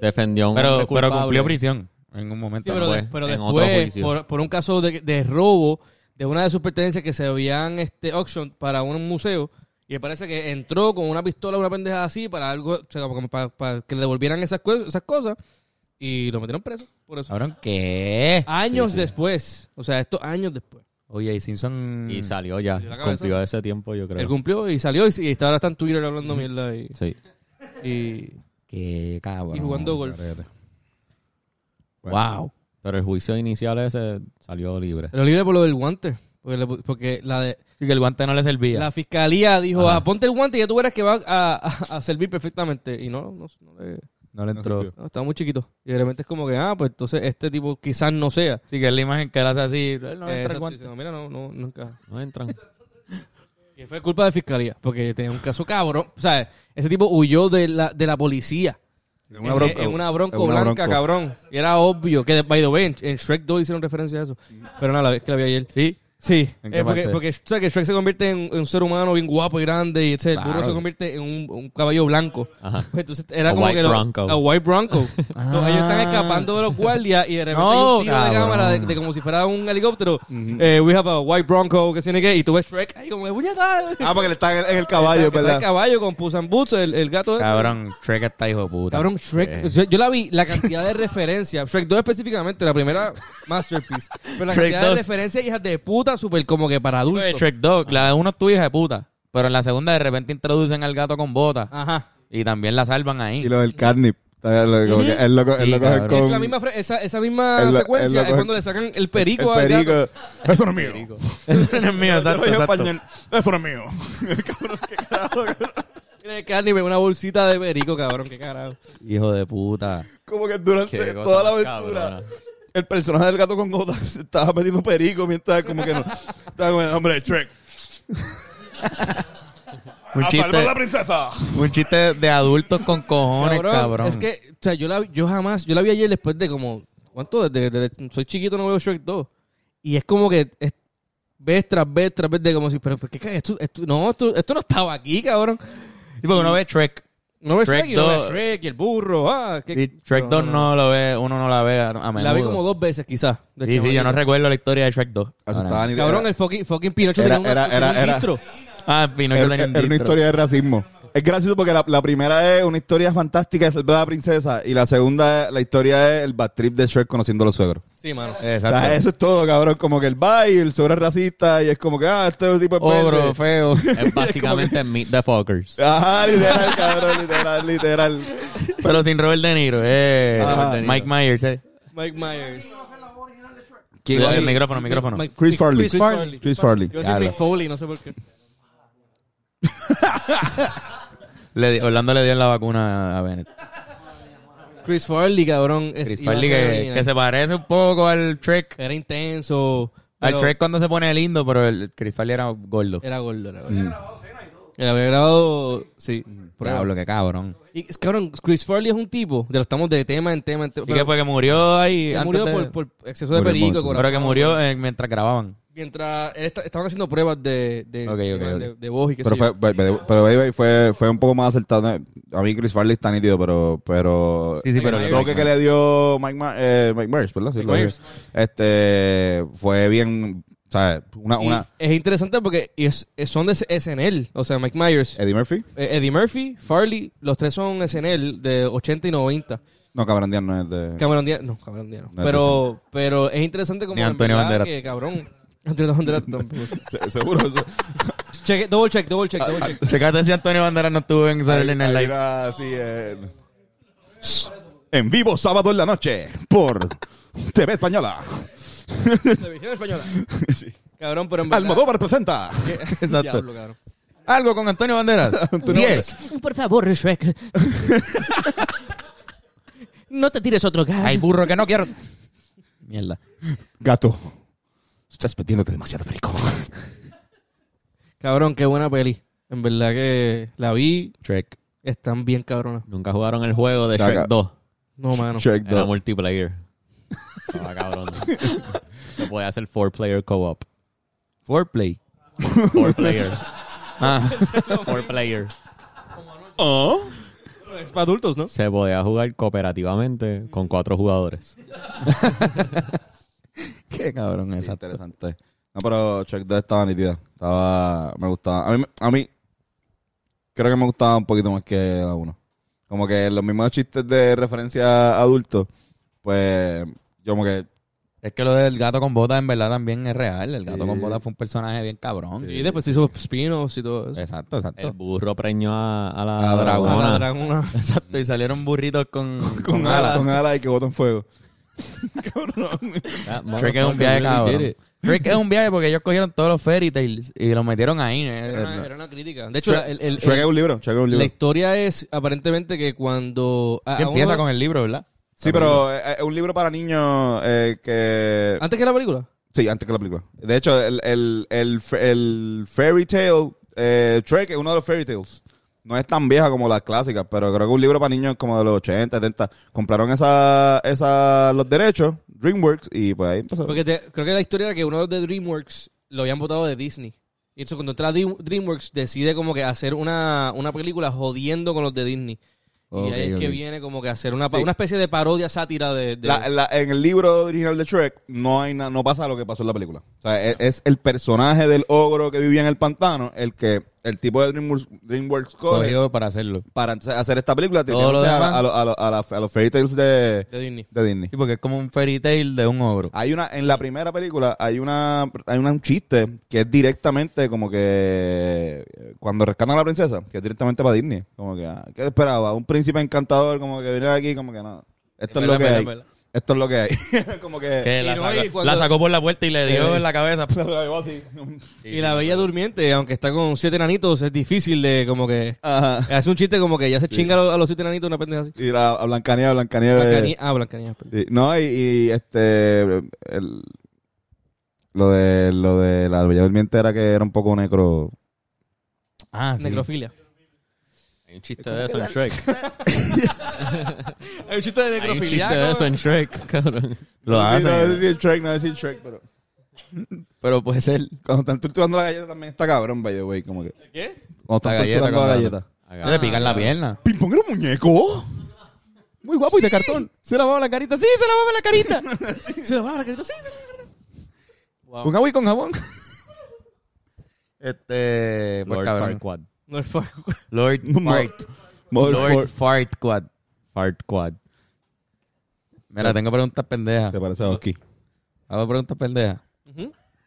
[SPEAKER 5] defendió a un
[SPEAKER 2] Pero,
[SPEAKER 5] hombre
[SPEAKER 2] pero
[SPEAKER 5] culpable.
[SPEAKER 2] cumplió prisión en un momento.
[SPEAKER 3] Sí, pero, de-
[SPEAKER 5] fue
[SPEAKER 3] pero
[SPEAKER 5] en otro
[SPEAKER 3] después,
[SPEAKER 5] juicio.
[SPEAKER 3] por, por un caso de, de robo de una de sus pertenencias que se habían este, auction para un museo, y me parece que entró con una pistola, una pendeja así, para algo, o sea, como para, para que le devolvieran esas, cos- esas cosas, y lo metieron preso por
[SPEAKER 5] Ah,
[SPEAKER 3] eso.
[SPEAKER 2] Cabrón, ¿qué?
[SPEAKER 3] años después, o sea, estos años después.
[SPEAKER 2] Oye, y Simpson...
[SPEAKER 5] Y salió ya.
[SPEAKER 3] Dio la cabeza.
[SPEAKER 5] Cumplió ese tiempo, yo
[SPEAKER 3] Él
[SPEAKER 5] creo.
[SPEAKER 3] cumplió y salió, y, y está- ahora está en Twitter hablando mierda y,
[SPEAKER 5] Sí.
[SPEAKER 3] y-
[SPEAKER 2] Qué cabrón.
[SPEAKER 3] y jugando golf.
[SPEAKER 1] carete.
[SPEAKER 2] Wow.
[SPEAKER 5] Pero el juicio inicial ese salió libre.
[SPEAKER 3] Pero libre por lo del guante, porque, le pu- porque la de...
[SPEAKER 2] Sí, que el guante no le servía.
[SPEAKER 3] La fiscalía dijo, ah, ponte el guante y ya tú verás que va a, a- a servir perfectamente. Y no, no, no le-
[SPEAKER 2] No le entró.
[SPEAKER 1] sirvió.
[SPEAKER 3] no, estaba muy chiquito. Y de repente es como que, ah, pues entonces este tipo quizás no sea.
[SPEAKER 2] sí, que es la imagen que él hace así. él no le entra
[SPEAKER 3] Eh,
[SPEAKER 2] el
[SPEAKER 3] exacto,
[SPEAKER 2] guante.
[SPEAKER 3] dice, no, mira, no, no, no encaja.
[SPEAKER 5] No entran.
[SPEAKER 3] Y fue culpa de fiscalía, porque tenía un caso cabrón. O sea, ese tipo huyó de la, de la policía.
[SPEAKER 1] En
[SPEAKER 3] En- en, una bronco
[SPEAKER 1] en una
[SPEAKER 3] blanca,
[SPEAKER 1] Bronco.
[SPEAKER 3] cabrón. Y era obvio que, by the way, en, en Shrek 2 hicieron referencia a eso. Pero nada, la vez que la vi ayer.
[SPEAKER 2] Sí.
[SPEAKER 3] Sí,
[SPEAKER 1] ¿En qué
[SPEAKER 3] eh, porque,
[SPEAKER 1] parte?
[SPEAKER 3] porque tú sabes que Shrek se convierte en, en un ser humano bien guapo y grande y ese, el burro
[SPEAKER 2] Claro.
[SPEAKER 3] se convierte en un, un caballo blanco.
[SPEAKER 5] Ajá.
[SPEAKER 3] Pues Entonces era
[SPEAKER 5] A
[SPEAKER 3] como
[SPEAKER 5] white
[SPEAKER 3] que lo-
[SPEAKER 5] bronco.
[SPEAKER 3] a white bronco. Entonces, ellos están escapando de los guardias y de repente hay
[SPEAKER 2] Ah. No,
[SPEAKER 3] un tiro de
[SPEAKER 2] cabrón.
[SPEAKER 3] cámara de, de como si fuera un helicóptero. Eh, we have a white bronco, que tiene que y tú ves Shrek ahí como de puñeta. [laughs]
[SPEAKER 1] Ah, porque le está en el- en el caballo,
[SPEAKER 3] Que está El
[SPEAKER 1] ¿verdad?
[SPEAKER 3] caballo con Puss and Boots, el, el gato ese.
[SPEAKER 2] Cabrón, Shrek está hijo de puta.
[SPEAKER 3] Cabrón, Shrek. o sea, Yo la vi, la cantidad de [laughs] referencias. Shrek 2 específicamente, la primera masterpiece. Pero la
[SPEAKER 2] Shrek
[SPEAKER 3] cantidad de
[SPEAKER 2] 2.
[SPEAKER 3] referencias, hijas de puta, súper como que para
[SPEAKER 2] Tú
[SPEAKER 3] adultos.
[SPEAKER 2] de Shrek 2,
[SPEAKER 3] Ah.
[SPEAKER 2] la de uno es tu hija de puta. Pero en la segunda de repente introducen al gato con botas
[SPEAKER 3] Ajá.
[SPEAKER 2] y también la salvan ahí.
[SPEAKER 1] Y lo del catnip. Está lo- como que Él lo co- él lo
[SPEAKER 2] Sí,
[SPEAKER 1] coge
[SPEAKER 2] cabrón.
[SPEAKER 1] con...
[SPEAKER 3] Es la misma, fre- esa, esa misma
[SPEAKER 1] Él lo- él
[SPEAKER 3] secuencia
[SPEAKER 1] lo
[SPEAKER 3] es
[SPEAKER 1] coge-
[SPEAKER 3] cuando le sacan el perico,
[SPEAKER 1] el
[SPEAKER 3] al gato.
[SPEAKER 1] perico. Eso no es mío.
[SPEAKER 2] [laughs] Eso no es mío, exacto,
[SPEAKER 1] Yo soy
[SPEAKER 2] exacto.
[SPEAKER 1] español. Eso no es mío. [laughs]
[SPEAKER 3] Tiene el carne y ve una bolsita de perico, cabrón. Qué carajo.
[SPEAKER 2] Hijo de puta.
[SPEAKER 1] Como que durante
[SPEAKER 5] Qué cosa
[SPEAKER 1] toda la
[SPEAKER 5] más
[SPEAKER 1] aventura,
[SPEAKER 5] cabrona.
[SPEAKER 1] el personaje del gato con gotas se estaba metiendo perico mientras como que no. Estaba como, hombre, Shrek.
[SPEAKER 2] Un
[SPEAKER 3] Ah,
[SPEAKER 1] a salvar a
[SPEAKER 2] chiste,
[SPEAKER 1] la princesa.
[SPEAKER 2] un chiste de adultos con cojones,
[SPEAKER 3] Cabrón,
[SPEAKER 2] cabrón.
[SPEAKER 3] Es que, o sea, yo, la, yo jamás, yo la vi ayer después de como, ¿cuánto? Desde, desde- soy chiquito, no veo Shrek 2. Y es como que es- ves tras ves tras ves de como si, pero ¿por ¿qué ca- esto, esto, no, esto, esto no estaba aquí, cabrón.
[SPEAKER 2] Sí, porque uno ve Shrek.
[SPEAKER 3] No ves
[SPEAKER 2] Shrek
[SPEAKER 3] Shrek, y no ves
[SPEAKER 2] 2.
[SPEAKER 3] Shrek y el burro. Ah, qué-
[SPEAKER 2] Y Shrek 2 no lo ve, uno no la ve a, a menudo.
[SPEAKER 3] La vi como dos veces, quizás. de
[SPEAKER 2] Sí, sí, yo
[SPEAKER 3] chamaquito.
[SPEAKER 2] no recuerdo la historia de Shrek 2. Ahora
[SPEAKER 1] Estaban
[SPEAKER 2] mismo.
[SPEAKER 1] ni-
[SPEAKER 3] Cabrón, el fucking, fucking Pinocho
[SPEAKER 1] Era-
[SPEAKER 3] tenía una-
[SPEAKER 1] era-
[SPEAKER 3] tenía un
[SPEAKER 1] era- era-
[SPEAKER 3] distro.
[SPEAKER 2] Ah, Pinocho
[SPEAKER 1] Era,
[SPEAKER 2] tenía un
[SPEAKER 1] era una
[SPEAKER 2] distro.
[SPEAKER 1] historia de racismo. Es gracioso porque la, la primera es una historia fantástica de salvar a la princesa y la segunda, es- la historia es el bad trip de Shrek conociendo a los suegros.
[SPEAKER 3] Sí, mano.
[SPEAKER 1] O sea,
[SPEAKER 2] Exacto. [laughs]
[SPEAKER 1] eso es todo, cabrón. Como que el va y el suegro es racista y es como que, ah, este tipo es
[SPEAKER 2] Ogro,
[SPEAKER 1] verde.
[SPEAKER 2] feo.
[SPEAKER 5] Es básicamente Meet the Fuckers.
[SPEAKER 1] Ajá, literal, cabrón, literal, literal.
[SPEAKER 2] Pero sin Robert De Niro. Eh,
[SPEAKER 1] Ajá.
[SPEAKER 2] Mike Myers, eh.
[SPEAKER 3] Mike Myers.
[SPEAKER 2] El, micrófono, micrófono.
[SPEAKER 3] Mike-
[SPEAKER 1] Chris Farley.
[SPEAKER 3] Chris Farley.
[SPEAKER 1] Chris Farley.
[SPEAKER 3] Yo soy Mick Foley, no sé por qué.
[SPEAKER 2] Le di- Orlando le dio la vacuna a Bennett.
[SPEAKER 3] Chris Farley, cabrón. es-
[SPEAKER 2] Chris
[SPEAKER 3] iba a
[SPEAKER 2] Farley,
[SPEAKER 3] ser eh.
[SPEAKER 2] que,
[SPEAKER 3] original.
[SPEAKER 2] que se parece un poco al Trek.
[SPEAKER 3] Era intenso.
[SPEAKER 2] Al
[SPEAKER 3] pero Eh,
[SPEAKER 2] Trek cuando se pone lindo, pero el Chris Farley era gordo.
[SPEAKER 3] Era gordo, era gordo. Él había grabado, sí. pruebas.
[SPEAKER 2] Diablo, qué cabrón.
[SPEAKER 3] Y, es- cabrón, Chris Farley es un tipo, de lo estamos de tema en tema en tema.
[SPEAKER 2] ¿Y qué fue? ¿Que murió ahí?
[SPEAKER 3] que
[SPEAKER 2] antes
[SPEAKER 3] murió
[SPEAKER 2] de-
[SPEAKER 3] por, por exceso de
[SPEAKER 1] Murió
[SPEAKER 3] perico,
[SPEAKER 1] muerto.
[SPEAKER 3] corazón.
[SPEAKER 2] Pero que murió eh, mientras grababan.
[SPEAKER 3] Mientras él está- estaban haciendo pruebas de, de,
[SPEAKER 2] Ok, ok,
[SPEAKER 3] de,
[SPEAKER 2] ok.
[SPEAKER 3] de- de voz y qué
[SPEAKER 1] Pero
[SPEAKER 3] sé yo.
[SPEAKER 1] fue, pero, pero, pero, baby, fue, fue un poco más acertado. A mí Chris Farley está nítido, pero, pero
[SPEAKER 2] Sí, sí, pero...
[SPEAKER 1] el toque que le dio Mike, Ma- eh, Mike Myers, ¿verdad? Sí,
[SPEAKER 3] Mike
[SPEAKER 1] lo dije.
[SPEAKER 3] Myers.
[SPEAKER 1] Este fue bien, o sea, una,
[SPEAKER 3] Y
[SPEAKER 1] una
[SPEAKER 3] Es interesante porque es- es- son de SNL, o sea, Mike Myers,
[SPEAKER 1] Eddie Murphy.
[SPEAKER 3] eh, Eddie Murphy, Farley, los tres son SNL de 80 y 90.
[SPEAKER 1] No, Cameron Díaz no es de
[SPEAKER 3] Cameron Díaz, no, Cameron Díaz no.
[SPEAKER 1] No,
[SPEAKER 3] Pero, pero es interesante como
[SPEAKER 2] Ni
[SPEAKER 3] en
[SPEAKER 2] Antonio
[SPEAKER 3] verdad
[SPEAKER 2] Banderas.
[SPEAKER 3] que, cabrón. [laughs] Antonio Banderas tampoco.
[SPEAKER 1] [laughs] se- seguro. eso.
[SPEAKER 3] Check, double check, double check, double check.
[SPEAKER 2] Checate si Antonio Banderas no estuvo en Saturday Night
[SPEAKER 1] Ahí- ahí
[SPEAKER 2] Live.
[SPEAKER 1] era así, eh. En vivo sábado en la noche por TV Española. [laughs]
[SPEAKER 2] ah.
[SPEAKER 3] Televisión española.
[SPEAKER 1] Sí.
[SPEAKER 3] Cabrón, pero en verdad.
[SPEAKER 1] Almodóvar presenta.
[SPEAKER 2] [laughs] Exacto.
[SPEAKER 3] Diablo, cabrón.
[SPEAKER 2] Algo con Antonio Banderas. 10.
[SPEAKER 6] Por favor, Shrek. no te tires otro gas.
[SPEAKER 2] Ay, burro, que no quiero. Mierda.
[SPEAKER 1] Gato. Estás metiéndote demasiado perico.
[SPEAKER 3] Cabrón, qué buena peli. En verdad que la vi.
[SPEAKER 5] Shrek.
[SPEAKER 3] Están bien cabronas.
[SPEAKER 5] Nunca jugaron el juego de
[SPEAKER 1] Daga.
[SPEAKER 5] Shrek 2.
[SPEAKER 3] No, mano.
[SPEAKER 1] Shrek
[SPEAKER 5] Era
[SPEAKER 1] Dog.
[SPEAKER 5] multiplayer.
[SPEAKER 1] [laughs]
[SPEAKER 5] Estaba cabrón. Se podía hacer four player co-op.
[SPEAKER 2] Foreplay. [laughs]
[SPEAKER 5] Four player.
[SPEAKER 2] Ah.
[SPEAKER 5] Four player.
[SPEAKER 3] Es para adultos, ¿no?
[SPEAKER 5] Se podía jugar cooperativamente con cuatro jugadores.
[SPEAKER 2] Qué cabrón
[SPEAKER 1] Sí,
[SPEAKER 2] esa.
[SPEAKER 1] interesante. No, pero Check 2 estaba nítida. Estaba. Me gustaba. A mí, a mí. Creo que me gustaba un poquito más que la 1. Como que los mismos chistes de referencia adulto. Pues. Yo como que.
[SPEAKER 2] Es que lo del gato con botas en verdad también es real. El gato
[SPEAKER 1] Sí.
[SPEAKER 2] con botas fue un personaje bien cabrón.
[SPEAKER 3] Y después hizo spin-offs y todo eso.
[SPEAKER 2] Exacto,
[SPEAKER 5] El
[SPEAKER 2] exacto.
[SPEAKER 5] burro preñó a, a la
[SPEAKER 1] A dragona.
[SPEAKER 3] Ah, la
[SPEAKER 5] dragona.
[SPEAKER 3] dragona.
[SPEAKER 2] Exacto, y salieron burritos [laughs] con,
[SPEAKER 1] Con alas. Con alas y que botan fuego.
[SPEAKER 5] Ah,
[SPEAKER 2] Shrek es un
[SPEAKER 5] motherfucker,
[SPEAKER 2] viaje,
[SPEAKER 5] really did
[SPEAKER 2] cabrón.
[SPEAKER 5] it.
[SPEAKER 2] Shrek es un viaje porque ellos cogieron todos los fairy tales y los metieron ahí. eh,
[SPEAKER 3] [laughs] Era
[SPEAKER 2] eh,
[SPEAKER 3] una, era una crítica. De hecho,
[SPEAKER 1] Shrek-
[SPEAKER 3] la- el- el-
[SPEAKER 1] Shrek
[SPEAKER 3] el-
[SPEAKER 1] es un libro. Shrek es un
[SPEAKER 3] Eh, la
[SPEAKER 1] libro.
[SPEAKER 3] historia es aparentemente que cuando. ah, a-
[SPEAKER 2] que
[SPEAKER 3] a
[SPEAKER 2] empieza
[SPEAKER 3] uno-
[SPEAKER 2] con el libro, ¿verdad?
[SPEAKER 1] Sí, pero es es un libro para niños eh, que.
[SPEAKER 3] Antes que la película.
[SPEAKER 1] Sí, antes que la película. De hecho, el, el, el, el fairy tale. Eh, Shrek es uno de los fairy tales. No es tan vieja como las clásicas, pero creo que un libro para niños como de los 80, 70. Compraron esa, esa, los derechos, DreamWorks, y pues ahí empezó.
[SPEAKER 3] Porque te- creo que la historia era que uno de DreamWorks lo habían votado de Disney. Y eso cuando entra Dream- DreamWorks decide como que hacer una, una película jodiendo con los de Disney. y
[SPEAKER 1] Ok,
[SPEAKER 3] ahí es que
[SPEAKER 1] ok.
[SPEAKER 3] viene como que hacer una, pa-
[SPEAKER 1] Sí.
[SPEAKER 3] una especie de parodia sátira de... de-
[SPEAKER 1] La- la- en el libro original de Shrek no hay na- no pasa lo que pasó en la película. O sea, es, es el personaje del ogro que vivía en el pantano, el que el tipo de DreamWorks, DreamWorks coge
[SPEAKER 2] Cogido para hacerlo.
[SPEAKER 1] para entonces hacer esta película
[SPEAKER 2] Todo lo
[SPEAKER 1] tirándose a,
[SPEAKER 2] demás.
[SPEAKER 1] a lo- a lo- a la- a los fairy tales de,
[SPEAKER 3] de Disney.
[SPEAKER 1] de Disney.
[SPEAKER 2] Sí, porque es como un fairy tale de un ogro.
[SPEAKER 1] Hay una en la primera película hay una hay una, un chiste que es directamente como que eh, cuando rescatan a la princesa, que es directamente para Disney, como que ah, ¿qué esperaba? Un príncipe encantador como que viene aquí como que nada. Esto es,
[SPEAKER 3] Es
[SPEAKER 1] lo
[SPEAKER 3] verdad,
[SPEAKER 1] que
[SPEAKER 3] verdad,
[SPEAKER 1] hay.
[SPEAKER 3] verdad.
[SPEAKER 1] Esto es lo que hay. [laughs] como que
[SPEAKER 2] Que
[SPEAKER 3] Y
[SPEAKER 2] la,
[SPEAKER 3] no,
[SPEAKER 2] sacó,
[SPEAKER 3] y cuando-
[SPEAKER 2] la sacó por la puerta y le dio en la cabeza.
[SPEAKER 3] Y la Bella Durmiente, aunque está con siete enanitos, es difícil de como que...
[SPEAKER 1] Ajá.
[SPEAKER 3] Hace un chiste como que ya se chinga a los, a los siete enanitos una pendeja así.
[SPEAKER 1] Y la a Blancanieves, Blancanieves.
[SPEAKER 3] Blancanie- ah, Blancanieves. perdón.
[SPEAKER 1] Sí, no, y, y, este el- lo de lo de la Bella Durmiente era que era un poco necro.
[SPEAKER 2] Ah, sí.
[SPEAKER 3] Necrofilia.
[SPEAKER 5] Hay un chiste de eso en Shrek.
[SPEAKER 3] Hay un chiste de
[SPEAKER 5] Hay un
[SPEAKER 3] necrofilia.
[SPEAKER 5] chiste de eso en [laughs] Shrek, cabrón.
[SPEAKER 1] Sí, No
[SPEAKER 2] Lo hacen.
[SPEAKER 1] decir Shrek, no decir Shrek, pero
[SPEAKER 2] Pero puede ser.
[SPEAKER 1] cuando están torturando la galleta también está cabrón, by the way, como que
[SPEAKER 3] ¿Qué?
[SPEAKER 1] cuando están
[SPEAKER 2] La galleta,
[SPEAKER 1] torturando la
[SPEAKER 2] cabrón.
[SPEAKER 1] galleta.
[SPEAKER 2] No le pican
[SPEAKER 3] Ah.
[SPEAKER 2] la pierna.
[SPEAKER 1] Ping pong era un muñeco.
[SPEAKER 2] Muy guapo y de cartón. Se lavaba la carita. Sí, se lavaba la carita.
[SPEAKER 3] Se lo va a [laughs] sí, se lo
[SPEAKER 2] Con agua y con jabón.
[SPEAKER 1] Este,
[SPEAKER 3] pues,
[SPEAKER 5] Lord
[SPEAKER 2] cabrón.
[SPEAKER 5] Farquaad.
[SPEAKER 3] No es [laughs] fuego.
[SPEAKER 2] Lord Fart. Lord Fart Quad.
[SPEAKER 5] Farquaad.
[SPEAKER 2] Mira, tengo preguntas pendejas.
[SPEAKER 1] Se parece a Oski.
[SPEAKER 2] Hago preguntas pendejas.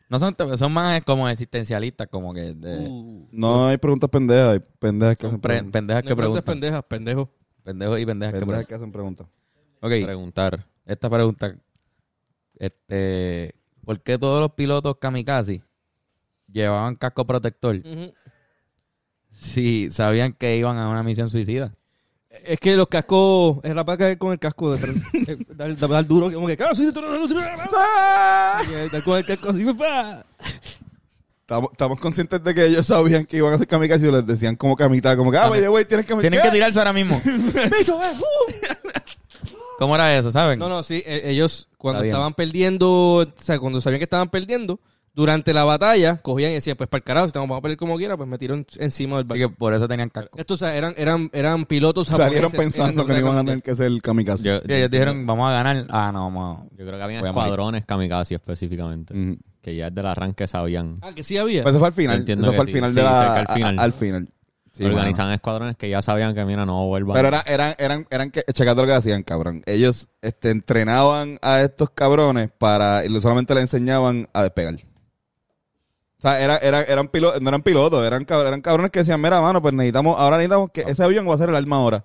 [SPEAKER 2] No son, son más como existencialistas, como que de,
[SPEAKER 1] No hay preguntas pendejas, hay pendejas que
[SPEAKER 2] son
[SPEAKER 1] hacen
[SPEAKER 2] pre-
[SPEAKER 1] preguntas.
[SPEAKER 2] pendejas que
[SPEAKER 3] Uh, No preguntes
[SPEAKER 2] preguntan.
[SPEAKER 3] pendejas, pendejo.
[SPEAKER 2] Pendejos y pendejas,
[SPEAKER 1] Pendejas
[SPEAKER 2] que
[SPEAKER 1] que hacen preguntas.
[SPEAKER 2] preguntan. Ok,
[SPEAKER 5] Preguntar.
[SPEAKER 2] esta pregunta. Este, ¿Por qué todos los pilotos kamikaze llevaban casco protector
[SPEAKER 3] Ujú.
[SPEAKER 2] si sabían que iban a una misión suicida?
[SPEAKER 3] Es que los cascos, es la paca con el casco de frente. Eh, dar, dar- dar duro, como que, claro, sí, tú no- no- tú no- Y, eh, dar con el casco así, pa.
[SPEAKER 1] Estamos, estamos conscientes de que ellos sabían que iban a hacer kamikaze y les decían como camita, como que, ah, by the way, tienes kamikaze.
[SPEAKER 2] Tienen que tirarse ahora mismo.
[SPEAKER 3] Bicho, eh, uh.
[SPEAKER 2] [laughs] ¿Cómo era eso, saben?
[SPEAKER 3] No, no, sí, eh, ellos cuando
[SPEAKER 2] Está bien.
[SPEAKER 3] estaban perdiendo, o sea, cuando sabían que estaban perdiendo, durante la batalla, cogían y decían, pues para el carajo, si estamos, vamos a perder como quiera, pues me tiro en- encima del
[SPEAKER 2] Así
[SPEAKER 3] barco.
[SPEAKER 2] que por eso tenían casco.
[SPEAKER 3] Estos o sea, eran, eran, eran pilotos
[SPEAKER 1] Salieron
[SPEAKER 3] japoneses en la
[SPEAKER 1] pensando que no
[SPEAKER 3] Segunda
[SPEAKER 1] iban a
[SPEAKER 3] Guerra
[SPEAKER 1] tener que hacer kamikaze.
[SPEAKER 5] Yo,
[SPEAKER 2] Y ellos dijeron, vamos a ganar. Ah, no, vamos.
[SPEAKER 5] yo creo que había
[SPEAKER 2] Voy a Mm.
[SPEAKER 5] escuadrones kamikaze específicamente.
[SPEAKER 1] Ujú.
[SPEAKER 5] Que ya desde el arranque sabían.
[SPEAKER 3] Mundial. Ah, que sí había.
[SPEAKER 1] Pero eso fue al final.
[SPEAKER 5] Entiendo
[SPEAKER 1] eso
[SPEAKER 5] que
[SPEAKER 1] fue al
[SPEAKER 5] sí.
[SPEAKER 1] final
[SPEAKER 5] Sí,
[SPEAKER 1] de la.
[SPEAKER 5] cerca al final.
[SPEAKER 1] a- al final. Sí,
[SPEAKER 5] organizaban escuadrones que ya sabían que, mira, no
[SPEAKER 1] mano.
[SPEAKER 5] vuelvan.
[SPEAKER 1] Pero era- eran, eran, eran que, checate lo que hacían, cabrón. Ellos este, entrenaban a estos cabrones para. Y solamente les enseñaban a despegar. O sea, era, era- eran pilo- no eran pilotos, eran, cab- eran cabrones que decían, mira, mano, pues necesitamos, ahora necesitamos
[SPEAKER 5] Ah.
[SPEAKER 1] que ese avión va a ser el alma ahora.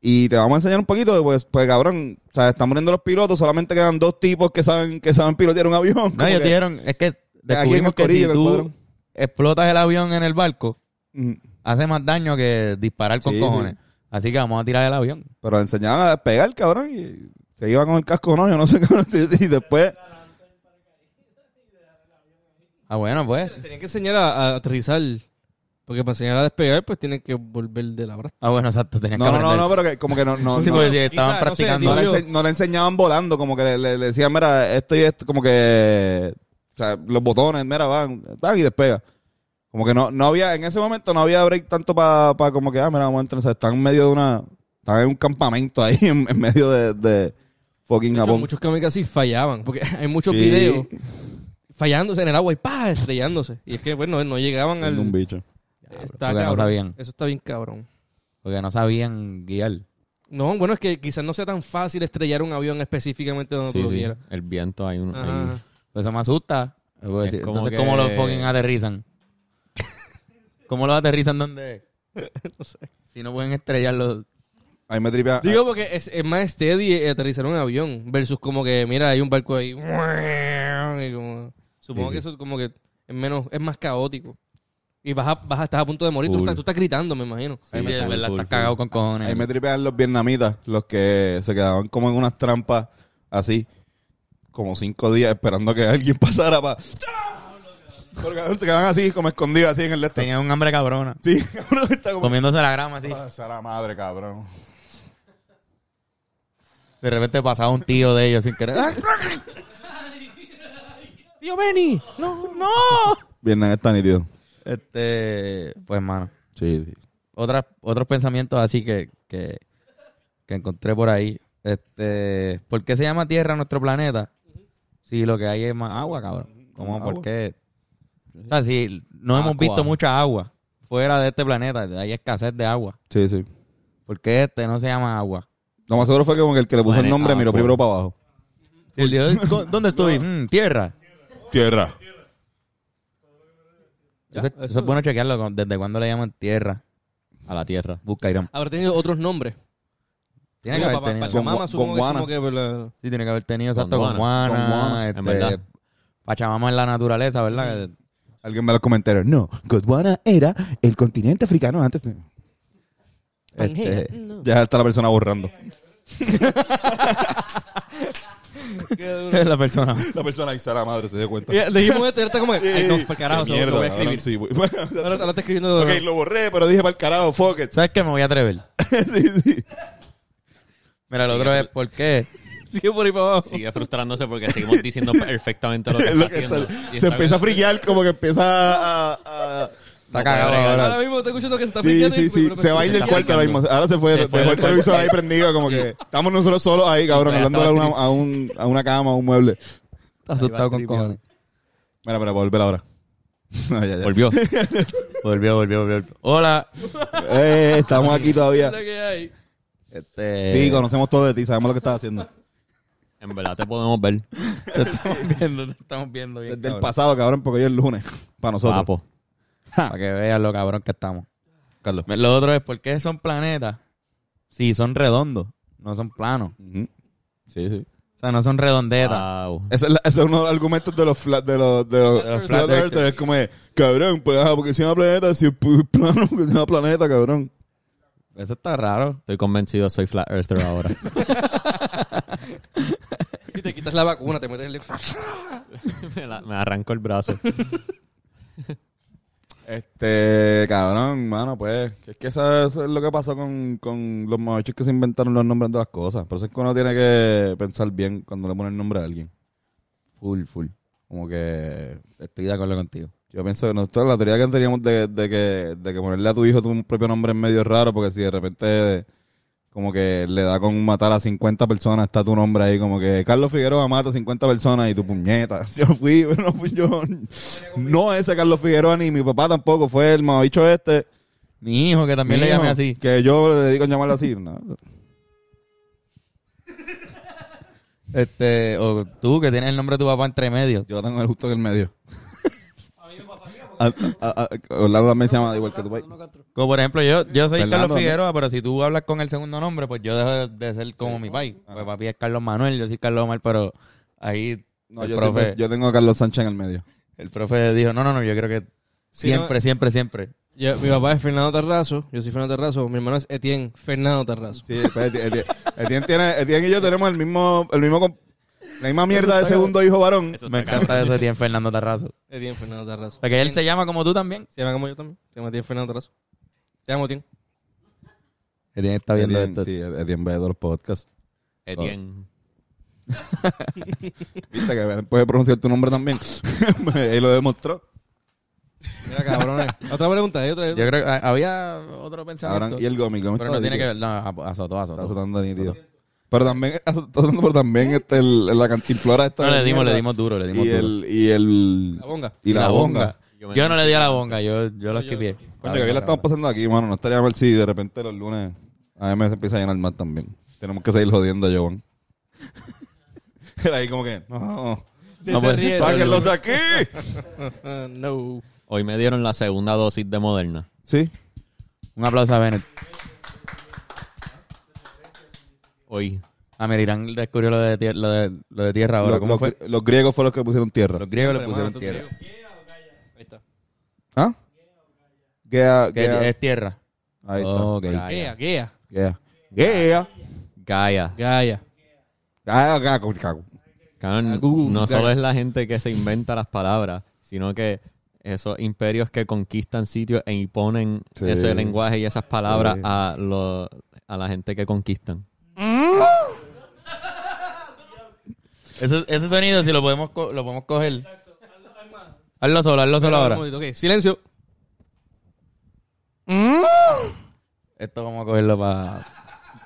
[SPEAKER 1] Y te vamos a enseñar un poquito, pues, pues cabrón, o sea, están muriendo los pilotos, solamente quedan dos tipos que saben, que saben pilotear un avión.
[SPEAKER 2] No,
[SPEAKER 1] Como
[SPEAKER 2] ellos
[SPEAKER 1] que-
[SPEAKER 2] dijeron, es que
[SPEAKER 1] en
[SPEAKER 2] descubrimos
[SPEAKER 1] el
[SPEAKER 2] que
[SPEAKER 1] corillo,
[SPEAKER 2] si
[SPEAKER 1] en el
[SPEAKER 2] tú
[SPEAKER 1] cuadrón.
[SPEAKER 2] explotas el avión en el barco,
[SPEAKER 1] Mm.
[SPEAKER 2] hace más daño que disparar con
[SPEAKER 1] Sí,
[SPEAKER 2] cojones. Así que vamos a tirar el avión.
[SPEAKER 1] Pero le enseñaban a despegar, cabrón, y se iba con el casco o no, yo no sé, [laughs] cabrón. Y después,
[SPEAKER 2] Ah, bueno, pues.
[SPEAKER 3] Tenían que enseñar a, a aterrizar. Porque para enseñar a despegar, pues tienen que volver de la brasa.
[SPEAKER 2] Ah, bueno, exacto. Tenían
[SPEAKER 1] no,
[SPEAKER 2] que
[SPEAKER 1] no, no,
[SPEAKER 2] aprender.
[SPEAKER 1] no, pero que como que no,
[SPEAKER 3] [laughs]
[SPEAKER 1] no,
[SPEAKER 2] Sí,
[SPEAKER 1] no,
[SPEAKER 2] porque
[SPEAKER 3] Quizá,
[SPEAKER 2] estaban
[SPEAKER 3] no sé,
[SPEAKER 2] practicando.
[SPEAKER 1] no le,
[SPEAKER 3] digo yo.
[SPEAKER 1] ense- no le enseñaban volando, como que le, le- le decían, mira, esto y esto, como que, o sea, los botones, mira, van, van y despega. Como que no, no había, en ese momento no había break tanto para como que, ah, mira, vamos a entrar, o sea, están en medio de una, están en un campamento ahí, [laughs] en, en medio de, de fucking
[SPEAKER 3] De hecho,
[SPEAKER 1] Japón.
[SPEAKER 3] muchos kamikazes fallaban. Porque [laughs] hay muchos
[SPEAKER 1] Sí.
[SPEAKER 3] videos fallándose en el agua y pa, estrellándose. Y es que, bueno, no llegaban al.
[SPEAKER 1] Siendo un bicho.
[SPEAKER 3] Está
[SPEAKER 2] Porque no
[SPEAKER 3] cabrón.
[SPEAKER 2] sabían.
[SPEAKER 3] Eso está bien cabrón.
[SPEAKER 2] Porque no sabían guiar.
[SPEAKER 3] No, bueno, es que quizás no sea tan fácil estrellar un avión específicamente donde
[SPEAKER 5] Sí,
[SPEAKER 3] tú lo
[SPEAKER 5] sí.
[SPEAKER 3] quieras.
[SPEAKER 5] El viento hay un. hay un-
[SPEAKER 3] Ajá.
[SPEAKER 2] Pues eso me asusta. Yo puedo
[SPEAKER 5] Es
[SPEAKER 2] decir,
[SPEAKER 5] como
[SPEAKER 2] Entonces,
[SPEAKER 5] que-
[SPEAKER 2] ¿cómo los fucking [laughs] aterrizan? ¿Cómo los aterrizan donde?
[SPEAKER 3] No sé.
[SPEAKER 2] Si [laughs] no pueden estrellarlos.
[SPEAKER 1] Ahí me tripea.
[SPEAKER 3] Digo porque es, es más steady eh, aterrizar un avión versus como que, mira, hay un barco ahí. y como- supongo
[SPEAKER 5] Sí,
[SPEAKER 3] que eso es como que es menos, es más caótico. Y vas a, vas a, estás a punto de morir. Tú
[SPEAKER 5] Full.
[SPEAKER 3] estás, tú estás gritando, me imagino.
[SPEAKER 2] Sí,
[SPEAKER 5] me-
[SPEAKER 2] de verdad,
[SPEAKER 5] full,
[SPEAKER 2] estás
[SPEAKER 5] full.
[SPEAKER 2] cagado con cojones.
[SPEAKER 1] Ahí me tripean los vietnamitas, los que se quedaban como en unas trampas [laughs] así, como cinco días esperando que alguien pasara para... Pero cabrón, se quedan así, como escondidos, así en el este.
[SPEAKER 2] Tenía un hambre cabrona.
[SPEAKER 1] Sí, [laughs] cabrón, está como...
[SPEAKER 2] Comiéndose la grama así.
[SPEAKER 1] Ah, esa la madre, cabrón.
[SPEAKER 2] De repente pasaba un tío de ellos sin [laughs] querer.
[SPEAKER 3] Tío Benny.
[SPEAKER 1] Vietnam está nítido.
[SPEAKER 2] Este, pues mano.
[SPEAKER 1] Sí, sí.
[SPEAKER 2] Otras, otros pensamientos así que, que, que encontré por ahí. Este, ¿por qué se llama Tierra nuestro planeta? Si lo que hay es más agua, cabrón. ¿Cómo?
[SPEAKER 1] Agua.
[SPEAKER 2] ¿Por qué? O sea, si no hemos
[SPEAKER 5] Aqua.
[SPEAKER 2] visto mucha agua fuera de este planeta, hay escasez de agua.
[SPEAKER 1] Sí, sí.
[SPEAKER 2] ¿Por qué este no se llama agua?
[SPEAKER 1] Lo más seguro fue que como que el que le puso el
[SPEAKER 5] Planeta
[SPEAKER 1] nombre miró
[SPEAKER 5] Agua.
[SPEAKER 1] primero para abajo.
[SPEAKER 2] Si el dios- [laughs] ¿Dó- ¿Dónde estoy? Mm, tierra.
[SPEAKER 1] Tierra.
[SPEAKER 2] Eso, eso es bueno chequearlo. con- ¿Desde cuándo le llaman tierra?
[SPEAKER 5] A la tierra.
[SPEAKER 2] Busca Irán.
[SPEAKER 3] Habrá tenido otros nombres.
[SPEAKER 2] Tiene que
[SPEAKER 3] Digo,
[SPEAKER 2] haber
[SPEAKER 3] pa- pa-
[SPEAKER 2] tenido.
[SPEAKER 3] Pachamama,
[SPEAKER 1] Con-
[SPEAKER 3] supongo que
[SPEAKER 1] con
[SPEAKER 3] es como que, eh,
[SPEAKER 2] Sí, tiene que haber tenido exacto con
[SPEAKER 5] Gondwana.
[SPEAKER 2] Juana.
[SPEAKER 5] en verdad.
[SPEAKER 2] Pachamama en la naturaleza, ¿verdad?
[SPEAKER 1] Alguien me los comentarios. No, Gondwana era el continente africano antes. de-
[SPEAKER 6] Pangea.
[SPEAKER 2] Este,
[SPEAKER 6] No.
[SPEAKER 1] Ya está la persona borrando.
[SPEAKER 2] [laughs] la persona.
[SPEAKER 1] La persona ahí está la madre, se dio cuenta.
[SPEAKER 3] Ya, Dijimos esto y ahorita como que. Ay, no, para carajo,
[SPEAKER 1] Qué
[SPEAKER 3] se lo- lo voy a
[SPEAKER 1] cabrón,
[SPEAKER 3] escribir.
[SPEAKER 1] sí, voy-
[SPEAKER 3] Ahora, ahora está escribiendo.
[SPEAKER 1] [laughs] ok, lo borré, pero dije para el carajo, fuck it.
[SPEAKER 2] ¿Sabes qué? Me voy a [laughs] atrever.
[SPEAKER 1] sí, sí.
[SPEAKER 2] Mira, el otro es ¿por qué?
[SPEAKER 3] Sigue por ahí para abajo. [laughs]
[SPEAKER 5] Sigue frustrándose porque seguimos diciendo
[SPEAKER 1] [laughs]
[SPEAKER 5] perfectamente lo que
[SPEAKER 1] Es
[SPEAKER 5] está
[SPEAKER 1] lo que
[SPEAKER 5] haciendo.
[SPEAKER 1] está-
[SPEAKER 5] Y
[SPEAKER 1] se
[SPEAKER 5] está
[SPEAKER 1] empieza a
[SPEAKER 5] bien.
[SPEAKER 1] friquear, como que empieza a. a- a-
[SPEAKER 2] Está cagado
[SPEAKER 5] bregar.
[SPEAKER 2] ahora.
[SPEAKER 3] Ahora mismo estoy escuchando que se está
[SPEAKER 1] Sí,
[SPEAKER 3] friqueando y-
[SPEAKER 1] sí, sí. Se va a ir del
[SPEAKER 5] está
[SPEAKER 1] cuarto ahora mismo. Ahora se fue.
[SPEAKER 5] Se fue
[SPEAKER 1] dejó el
[SPEAKER 5] del
[SPEAKER 1] televisor ahí prendido, como que. Estamos nosotros solos ahí, cabrón,
[SPEAKER 5] Ya
[SPEAKER 1] hablando a
[SPEAKER 5] estaba
[SPEAKER 1] una, a, un- a una cama, a un mueble.
[SPEAKER 2] Está asustado con cojones.
[SPEAKER 1] Mira, mira, volver ahora. [laughs] No, ya, ya.
[SPEAKER 5] Volvió.
[SPEAKER 2] Volvió, volvió, volvió. Hola.
[SPEAKER 1] Eh, estamos aquí
[SPEAKER 3] [laughs]
[SPEAKER 1] todavía.
[SPEAKER 3] Mira que hay.
[SPEAKER 2] Este,
[SPEAKER 1] Sí, conocemos todo de ti, sabemos lo que estás haciendo.
[SPEAKER 5] En verdad te podemos ver.
[SPEAKER 2] Te estamos viendo, te estamos viendo bien.
[SPEAKER 1] Desde el
[SPEAKER 2] cabrón.
[SPEAKER 1] pasado, cabrón, porque hoy es el lunes. Para nosotros.
[SPEAKER 5] Papo.
[SPEAKER 2] [laughs] Para que veas lo cabrón que estamos.
[SPEAKER 5] Carlos.
[SPEAKER 2] Lo otro es ¿por qué son planetas? Si son redondos, no son planos.
[SPEAKER 1] Ujú. Sí, sí.
[SPEAKER 2] O sea, no son redondetas.
[SPEAKER 5] Wow.
[SPEAKER 1] Ese es, la- ese es uno de los argumentos de los flat, de los, de los,
[SPEAKER 2] los
[SPEAKER 1] flat
[SPEAKER 2] flat
[SPEAKER 1] earthers.
[SPEAKER 2] earthers.
[SPEAKER 1] Es como, de, cabrón, pues, ajá, porque si es una planeta, si es pu- [laughs] plano, porque si es una planeta, cabrón.
[SPEAKER 2] Eso está raro.
[SPEAKER 5] Estoy convencido, soy flat
[SPEAKER 1] [laughs]
[SPEAKER 5] earther ahora.
[SPEAKER 3] Y te quitas la vacuna, te metes el.
[SPEAKER 5] me, la- me arranco el brazo.
[SPEAKER 1] Este, cabrón, mano, pues, que es que esa- eso, es lo que pasó con, con los machos que se inventaron los nombres de las cosas. Por eso es que uno tiene que pensar bien cuando le pone el nombre a alguien.
[SPEAKER 2] Full, full.
[SPEAKER 1] Como que,
[SPEAKER 2] Estoy de acuerdo contigo.
[SPEAKER 1] yo pienso que nosotros, la teoría que teníamos de, de que, de que ponerle a tu hijo tu propio nombre es medio raro, porque si de repente, como que le da con matar a 50 personas, está tu nombre ahí, como que Carlos Figueroa mata a 50 personas y tu puñeta. [laughs] Yo fui, pero no fui yo. No ese Carlos Figueroa ni mi papá tampoco, fue el mamabicho este.
[SPEAKER 2] Mi hijo, que también le
[SPEAKER 1] Mijo,
[SPEAKER 2] llamé así.
[SPEAKER 1] Que yo le digo llamarlo así. No.
[SPEAKER 2] Este, o tú, que tienes el nombre de tu papá entre medio.
[SPEAKER 1] Yo tengo el justo en el medio. [laughs] A mí me pasaría. Orlando también se llama igual que tu país.
[SPEAKER 2] Como por ejemplo, yo, yo soy
[SPEAKER 1] Fernando,
[SPEAKER 2] Carlos
[SPEAKER 1] ¿no?
[SPEAKER 2] Figueroa, pero si tú hablas con el segundo nombre, pues yo dejo de, de ser como mi país. Pues papi es Carlos Manuel, yo soy Carlos Omar, pero ahí
[SPEAKER 1] No,
[SPEAKER 2] el,
[SPEAKER 1] yo,
[SPEAKER 2] profe,
[SPEAKER 1] siempre- yo tengo a Carlos Sánchez en el medio.
[SPEAKER 2] el profe dijo, no, no, no, yo creo que
[SPEAKER 3] Sí, no-
[SPEAKER 2] siempre, siempre, siempre.
[SPEAKER 3] Ya, mi papá es Fernando Tarrazo, yo soy Fernando Tarrazo, mi hermano es Etienne Fernando Tarrazo.
[SPEAKER 1] Sí, pues, Etienne- Etienne, Etienne tiene, Etienne y yo tenemos el mismo, el mismo comp- la misma mierda de segundo hijo varón.
[SPEAKER 2] Me encanta eso de ti en Fernando Tarrazo.
[SPEAKER 3] Etienne Fernando Tarrazo.
[SPEAKER 2] O sea, que él se llama como tú también.
[SPEAKER 3] Se llama como yo también, se llama Etienne Fernando Tarrazo. Te amo, Etienne.
[SPEAKER 2] Etienne está viendo
[SPEAKER 1] Etienne,
[SPEAKER 2] esto.
[SPEAKER 1] sí, Etienne ve de los podcasts.
[SPEAKER 5] Etienne.
[SPEAKER 1] Viste que puede pronunciar tu nombre también. [laughs] Él lo demostró.
[SPEAKER 3] Mira, [laughs] cabrones. otra pregunta, ¿eh? otra.
[SPEAKER 2] Yo creo que ah, había otro
[SPEAKER 1] Ahora,
[SPEAKER 2] pensamiento.
[SPEAKER 1] y el gómico.
[SPEAKER 2] pero no tiene que ver, no, a- azotó, azotó.
[SPEAKER 1] Está azotando nítido. Pero también, [laughs] está azotando, pero también este, el- la cantimplora esta.
[SPEAKER 2] ¿Eh? No,
[SPEAKER 1] de
[SPEAKER 2] le dimos,
[SPEAKER 1] mierda.
[SPEAKER 2] le dimos duro, le dimos
[SPEAKER 1] y
[SPEAKER 2] duro.
[SPEAKER 1] el y el
[SPEAKER 3] La bonga.
[SPEAKER 1] y la, bonga.
[SPEAKER 5] Yo me-
[SPEAKER 2] Yo no le di a la bonga, yo, yo la esquipié.
[SPEAKER 1] Coño, que bien la estamos pasando aquí, mano. No estaría mal si de repente los lunes a mí me empieza a llenar más también. Tenemos que seguir jodiendo a Jovan. [laughs] Era ahí como que, no, pues,
[SPEAKER 2] No puede ser.
[SPEAKER 1] sáquenlos de aquí.
[SPEAKER 3] Ah, no.
[SPEAKER 1] Oh.
[SPEAKER 5] Hoy me dieron la segunda dosis de Moderna.
[SPEAKER 1] Sí,
[SPEAKER 2] Un aplauso a Bennett.
[SPEAKER 5] Hoy.
[SPEAKER 2] Ah, mira, Irán descubrió lo de, tier- lo de, lo de tierra ahora.
[SPEAKER 1] los,
[SPEAKER 2] ¿Cómo
[SPEAKER 1] los-
[SPEAKER 2] fue?
[SPEAKER 1] los griegos fueron los que pusieron tierra.
[SPEAKER 2] Los griegos le
[SPEAKER 3] Pero,
[SPEAKER 2] pusieron
[SPEAKER 3] mano, tú
[SPEAKER 2] tierra.
[SPEAKER 3] te digo. Ahí está.
[SPEAKER 1] ¿Ah? Gea,
[SPEAKER 2] Que
[SPEAKER 1] Gea.
[SPEAKER 2] es tierra.
[SPEAKER 1] Ahí está.
[SPEAKER 2] Ok.
[SPEAKER 3] Gea, Gea.
[SPEAKER 1] Gea. Gea.
[SPEAKER 5] Gaia.
[SPEAKER 3] Gaia.
[SPEAKER 1] Ah, Gea, cago, cago.
[SPEAKER 5] Cabrón,
[SPEAKER 3] Google,
[SPEAKER 5] no
[SPEAKER 3] Gaia.
[SPEAKER 5] solo es la gente que se inventa las palabras, sino que esos imperios que conquistan sitios e imponen
[SPEAKER 1] Sí.
[SPEAKER 5] ese lenguaje y esas palabras
[SPEAKER 1] Sí.
[SPEAKER 5] a, lo- a la gente que conquistan.
[SPEAKER 2] Ese, ese sonido, si lo podemos, co- lo podemos coger. Hazlo solo, hazlo solo ahora.
[SPEAKER 3] Un momentito, ok, silencio.
[SPEAKER 2] Esto vamos a cogerlo para...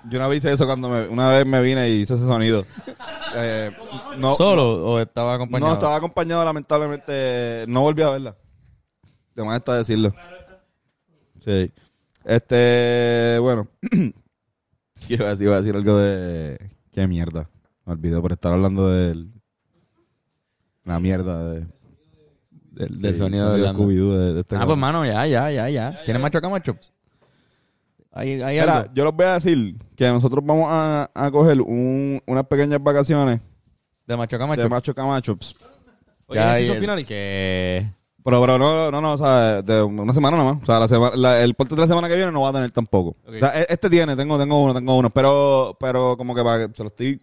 [SPEAKER 1] Yo una vez hice eso cuando me- una vez me vine y hice ese sonido. [laughs] Eh, no,
[SPEAKER 2] ¿Solo o estaba acompañado?
[SPEAKER 1] no, estaba acompañado, lamentablemente. No volví a verla. De más está decirlo. Sí. Este, bueno. [clears throat] Yo iba a decir, iba a decir algo de. Qué mierda. Me olvidé por estar hablando del. La mierda de.
[SPEAKER 2] Del sonido de Orlando.
[SPEAKER 1] Scooby-Doo de, de este
[SPEAKER 2] Ah,
[SPEAKER 1] cabrón.
[SPEAKER 2] pues, mano, ya, ya, ya, ya. ¿Tienes macho acá, macho? Hay, hay
[SPEAKER 1] Mira,
[SPEAKER 2] algo.
[SPEAKER 1] yo les voy a decir que nosotros vamos a, a coger un- unas pequeñas vacaciones
[SPEAKER 2] De macho acá, macho.
[SPEAKER 1] de Macho Camacho. Pss.
[SPEAKER 3] Oye,
[SPEAKER 2] Ya,
[SPEAKER 3] ¿es el
[SPEAKER 2] y
[SPEAKER 3] season
[SPEAKER 2] el-
[SPEAKER 3] final?
[SPEAKER 5] Que
[SPEAKER 1] Pero, pero no, no, no, o sea, de una semana nomás. O sea, la sema- la- el podcast de la semana que viene no va a tener tampoco.
[SPEAKER 3] Ok.
[SPEAKER 1] O sea, e- este tiene, tengo, tengo uno, tengo uno. Pero, pero como que para que se lo estoy sí,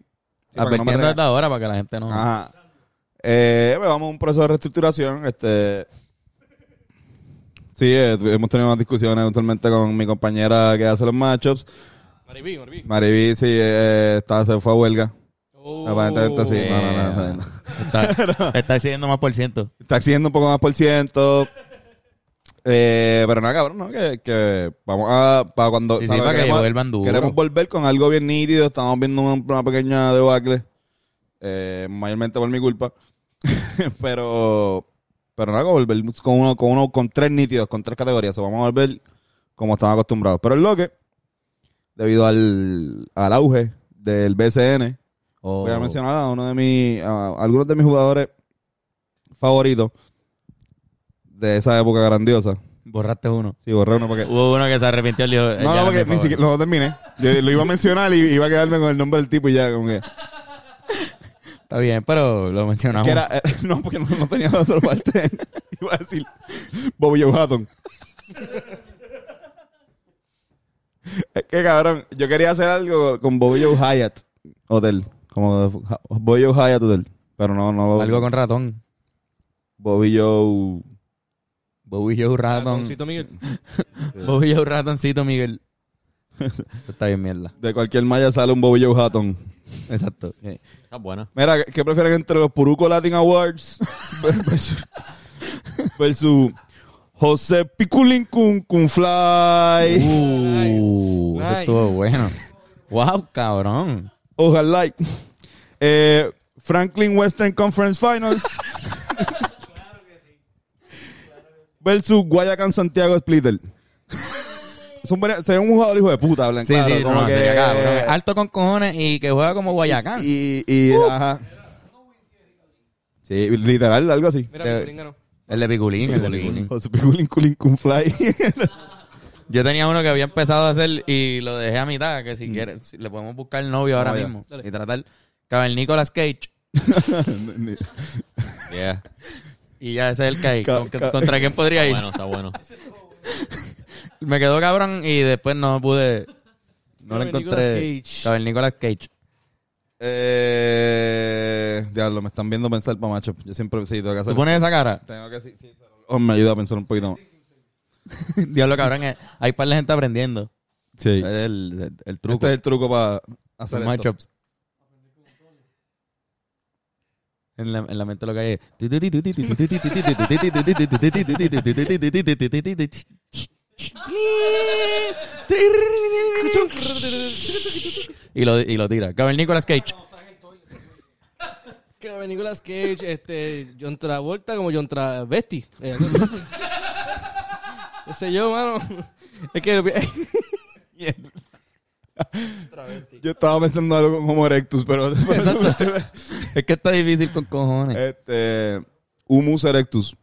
[SPEAKER 1] para que no me Ah,
[SPEAKER 2] Advirtiendo
[SPEAKER 1] regañen.
[SPEAKER 2] desde ahora para que la gente no...
[SPEAKER 1] Ajá. Eh, pues vamos a un proceso de reestructuración. Este. Sí, eh, tu- hemos tenido unas discusiones actualmente con mi compañera que hace los matchups.
[SPEAKER 3] Maribí, Maribí.
[SPEAKER 1] Mariby, sí, eh, está, se fue a huelga.
[SPEAKER 3] Oh.
[SPEAKER 1] Aparentemente sí. No, no, no,
[SPEAKER 2] Yeah.
[SPEAKER 1] no, no.
[SPEAKER 2] Eh,
[SPEAKER 1] [laughs]
[SPEAKER 2] Está, está exigiendo más por ciento.
[SPEAKER 1] Está exigiendo un poco más por ciento. Eh, pero nada, cabrón, ¿no? Que, que vamos a. Para cuando.
[SPEAKER 2] Sí, sí,
[SPEAKER 1] ¿sabes?
[SPEAKER 2] para que
[SPEAKER 1] queremos,
[SPEAKER 2] vuelvan duro.
[SPEAKER 1] queremos volver con algo bien nítido. Estamos viendo un- una pequeña debacle. Eh, mayormente por mi culpa. [laughs] pero. Pero nada, volver con uno, con uno, con tres nítidos, con tres categorías. O vamos a volver como estamos acostumbrados. Pero el bloque, debido al, al auge del BCN,
[SPEAKER 2] Oh.
[SPEAKER 1] Voy a mencionar a uno de mis, a algunos de mis jugadores favoritos de esa época grandiosa.
[SPEAKER 2] Borraste uno.
[SPEAKER 1] Sí, borré uno porque.
[SPEAKER 2] Hubo uno que se arrepintió y dijo... Uh, eh,
[SPEAKER 1] No,
[SPEAKER 2] ya
[SPEAKER 1] no, porque
[SPEAKER 2] me
[SPEAKER 1] ni siquiera no terminé. Yo lo iba a mencionar y iba a quedarme con el nombre del tipo y ya, como que.
[SPEAKER 2] Está bien, pero lo mencionamos.
[SPEAKER 1] que era- eh, [laughs] no, porque no, no tenía la otra parte. [laughs] iba a decir Bobby Joe Hatton. [laughs] es que cabrón, yo quería hacer algo con Bobby Joe Hyatt Hotel. Como de- Bobby Joe Hyatt Hotel. Pero no, no lo.
[SPEAKER 2] Algo con ratón.
[SPEAKER 1] Bobby Joe.
[SPEAKER 2] Bobby Joe ratón.
[SPEAKER 3] Ratoncito Miguel.
[SPEAKER 2] Bobby Joe ratoncito,
[SPEAKER 1] [laughs]
[SPEAKER 2] Miguel. Eso está bien mierda.
[SPEAKER 1] De cualquier malla sale un Bobby Joe Hatton.
[SPEAKER 2] Exacto.
[SPEAKER 5] esa es buena.
[SPEAKER 1] Mira, ¿qué- ¿qué prefieren entre los Puruco Latin Awards [laughs] versus, versus José Piculín Kun Kun Fly
[SPEAKER 2] Uh,
[SPEAKER 3] Nice.
[SPEAKER 2] eso
[SPEAKER 3] Nice.
[SPEAKER 2] estuvo bueno. Wow, cabrón.
[SPEAKER 1] Ojalá. Eh, Franklin Western Conference Finals versus Guayacán Santiago Splitter. Son buenas- sería un jugador hijo de puta, hablan
[SPEAKER 2] Sí,
[SPEAKER 1] claro.
[SPEAKER 2] sí,
[SPEAKER 1] como
[SPEAKER 2] no,
[SPEAKER 1] que,
[SPEAKER 2] sería cabrón. Alto con cojones y que juega como Guayacán.
[SPEAKER 1] Y, y
[SPEAKER 2] Uh.
[SPEAKER 1] ajá. Sí, literal, algo así.
[SPEAKER 3] Mira,
[SPEAKER 2] Te-
[SPEAKER 3] Piculín ganó.
[SPEAKER 2] El de Piculín, el de Piculín.
[SPEAKER 1] José Piculín Culín Kun Fly.
[SPEAKER 2] Yo tenía uno que había empezado a hacer y lo dejé a mitad, que
[SPEAKER 1] Mm.
[SPEAKER 2] si quieres, si le podemos buscar novio ahora
[SPEAKER 1] Vamos allá.
[SPEAKER 2] mismo
[SPEAKER 3] Dale.
[SPEAKER 2] y tratar Cabel Nicolas Cage.
[SPEAKER 5] Yeah.
[SPEAKER 2] Y ya ese es el que hay.
[SPEAKER 1] Ca-
[SPEAKER 2] ¿Con-
[SPEAKER 1] ca-
[SPEAKER 2] ¿Contra quién podría ir?
[SPEAKER 5] Bueno, está bueno.
[SPEAKER 2] Me quedó cabrón y después no pude. No lo
[SPEAKER 3] Cabel
[SPEAKER 2] encontré.
[SPEAKER 3] Nicolas Cage.
[SPEAKER 2] Cabel Nicolas
[SPEAKER 1] [laughs]
[SPEAKER 2] Cage.
[SPEAKER 1] Eh, diablo, me están viendo pensar para macho. Yo siempre sí, tengo que hacer.
[SPEAKER 2] ¿Tú pones esa cara?
[SPEAKER 1] Tengo que sí, sí, pero- oh, me ayuda a pensar un poquito más.
[SPEAKER 2] Diablo, cabrón. eh, Hay par de gente aprendiendo.
[SPEAKER 1] Sí.
[SPEAKER 2] Es el, el- el
[SPEAKER 1] Este
[SPEAKER 2] truco.
[SPEAKER 1] Eh, es el truco para hacer
[SPEAKER 2] Los
[SPEAKER 1] esto.
[SPEAKER 2] matchups. En la, en la mente lo que hay es... Y lo, y lo tira. Cabel Nicolas Cage.
[SPEAKER 3] Que va Nicolas Cage, este, John Travolta como John Travesti. Eh, ¿Qué sé yo, mano? Es que... [laughs]
[SPEAKER 1] Yo estaba pensando algo con Homo erectus, pero.
[SPEAKER 2] [laughs] Exacto. Es que está difícil con cojones.
[SPEAKER 1] este. Humus erectus.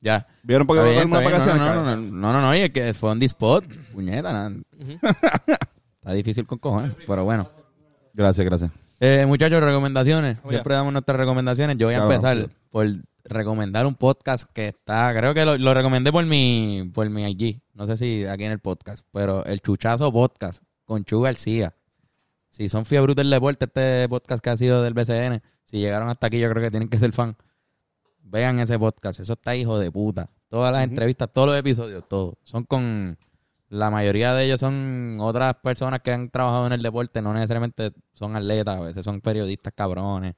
[SPEAKER 2] Ya.
[SPEAKER 1] ¿Vieron para
[SPEAKER 2] Está
[SPEAKER 1] qué
[SPEAKER 2] bien,
[SPEAKER 1] una
[SPEAKER 2] está
[SPEAKER 1] vacación?
[SPEAKER 2] bien. No, no, no, no, no, no, no, y es que fue on the spot. Puñeta, nada. [laughs] Está difícil con cojones, pero bueno.
[SPEAKER 1] Gracias, gracias.
[SPEAKER 2] Eh, muchachos, recomendaciones.
[SPEAKER 3] Vamos
[SPEAKER 2] Siempre damos nuestras recomendaciones. Yo voy a
[SPEAKER 1] Claro,
[SPEAKER 2] empezar
[SPEAKER 1] claro.
[SPEAKER 2] por recomendar un podcast que está, creo que lo, lo recomendé por mi, por mi IG. No sé si aquí en el podcast, pero el Chuchazo Podcast con Chu García. Si son fiebres del deporte, este podcast que ha sido del BCN, si llegaron hasta aquí, yo creo que tienen que ser fan. Vean ese podcast. Eso está hijo de puta. Todas las entrevistas, todos los episodios, todos. Son con. La mayoría de ellos son otras personas que han trabajado en el deporte. No necesariamente son atletas. A veces son periodistas cabrones.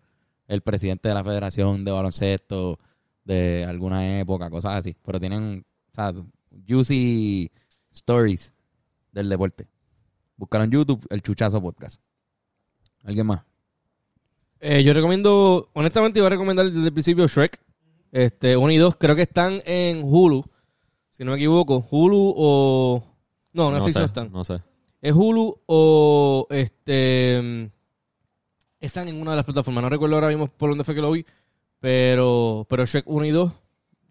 [SPEAKER 2] El presidente de la federación de baloncesto de alguna época, cosas así. Pero tienen, o sea, juicy stories del deporte. Buscaron YouTube, el Chuchazo Podcast. ¿Alguien más?
[SPEAKER 3] Eh, yo recomiendo, honestamente, iba a recomendar desde el principio Shrek. Este, 1 y 2, creo que están en Hulu. Si no me equivoco, Hulu o. No,
[SPEAKER 5] No
[SPEAKER 3] Netflix no,
[SPEAKER 5] sé,
[SPEAKER 3] están.
[SPEAKER 5] no sé.
[SPEAKER 3] Es Hulu o. Este. Están en una de las plataformas. No recuerdo ahora mismo por dónde fue que lo vi. Pero, pero Shrek 1 y 2.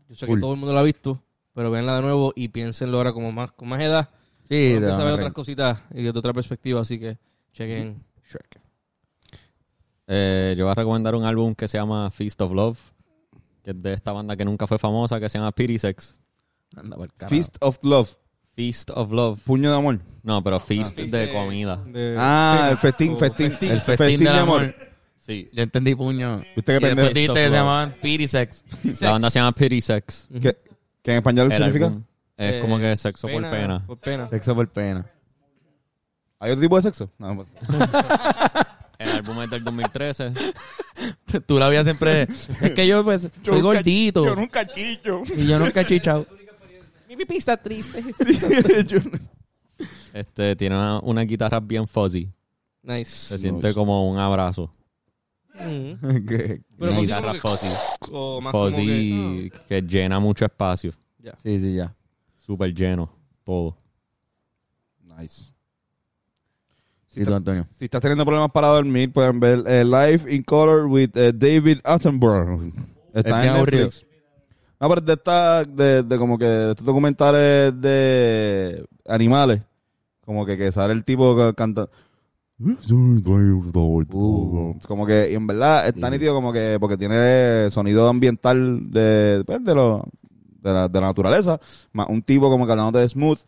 [SPEAKER 3] Yo sé
[SPEAKER 2] Cool.
[SPEAKER 3] que todo el mundo lo ha visto. Pero véanla de nuevo y piénsenlo ahora como más, con más edad.
[SPEAKER 2] Sí,
[SPEAKER 3] Uno
[SPEAKER 2] te
[SPEAKER 3] empieza
[SPEAKER 2] van
[SPEAKER 3] a ver
[SPEAKER 2] a
[SPEAKER 3] otras
[SPEAKER 2] reír.
[SPEAKER 3] cositas y de otra perspectiva. Así que chequen Shrek.
[SPEAKER 5] Eh, yo voy a recomendar un álbum que se llama Feast of Love, que es de esta banda que nunca fue famosa, que se llama Pity Sex.
[SPEAKER 2] Anda pa'l carajo.
[SPEAKER 1] Feast of Love.
[SPEAKER 5] Feast of Love.
[SPEAKER 1] Puño de amor.
[SPEAKER 5] No,
[SPEAKER 3] Ah,
[SPEAKER 5] pero Feast de comida.
[SPEAKER 3] De-
[SPEAKER 1] Ah, el festín,
[SPEAKER 3] o-
[SPEAKER 1] festín.
[SPEAKER 2] El Oh, festín, del amor.
[SPEAKER 5] Sí.
[SPEAKER 2] Yo entendí puño.
[SPEAKER 1] ¿Viste que
[SPEAKER 5] Y después
[SPEAKER 1] pendejo?
[SPEAKER 5] di-
[SPEAKER 2] Entendiste que se
[SPEAKER 5] Love.
[SPEAKER 2] llamaban Pirisex.
[SPEAKER 5] La banda se llama Pity Sex.
[SPEAKER 1] ¿Qué, qué en español
[SPEAKER 5] El
[SPEAKER 1] significa?
[SPEAKER 5] álbum. Es como que sexo por pena.
[SPEAKER 3] Por Eh, pena.
[SPEAKER 2] Sexo por pena.
[SPEAKER 1] ¿Hay otro tipo de sexo? No, pues.
[SPEAKER 5] El álbum es del 2013.
[SPEAKER 2] Tú la veías siempre. Es que yo, [laughs] pues, soy gordito. Yo nunca
[SPEAKER 1] [laughs]
[SPEAKER 2] chicho. Y yo nunca he chichado.
[SPEAKER 6] Mi pipí está triste.
[SPEAKER 5] Este, tiene una, una guitarra bien fuzzy.
[SPEAKER 3] Nice.
[SPEAKER 5] Se siente como un abrazo.
[SPEAKER 3] Mm.
[SPEAKER 1] ¿Qué?
[SPEAKER 3] Pero
[SPEAKER 5] una
[SPEAKER 3] fuzzy
[SPEAKER 5] guitarra
[SPEAKER 3] como
[SPEAKER 5] fuzzy.
[SPEAKER 3] O más como que-
[SPEAKER 5] Fuzzy que llena mucho espacio.
[SPEAKER 2] Sí, sí, ya.
[SPEAKER 5] Súper lleno. Todo.
[SPEAKER 1] Nice. Si,
[SPEAKER 2] ¿Y tú,
[SPEAKER 1] estás-
[SPEAKER 2] Antonio?
[SPEAKER 1] si estás teniendo problemas para dormir, pueden ver eh, Life in Color with eh, David Attenborough. Está
[SPEAKER 2] bien
[SPEAKER 1] en Netflix. No, pero de esta, de, de como que de estos documentales de animales, como que, que sale el tipo ca- cantando. Como que, y en verdad, está nítido como que, porque tiene sonido ambiental de, pues, de, lo, de, la, de la naturaleza, más un tipo como que hablando de smooth,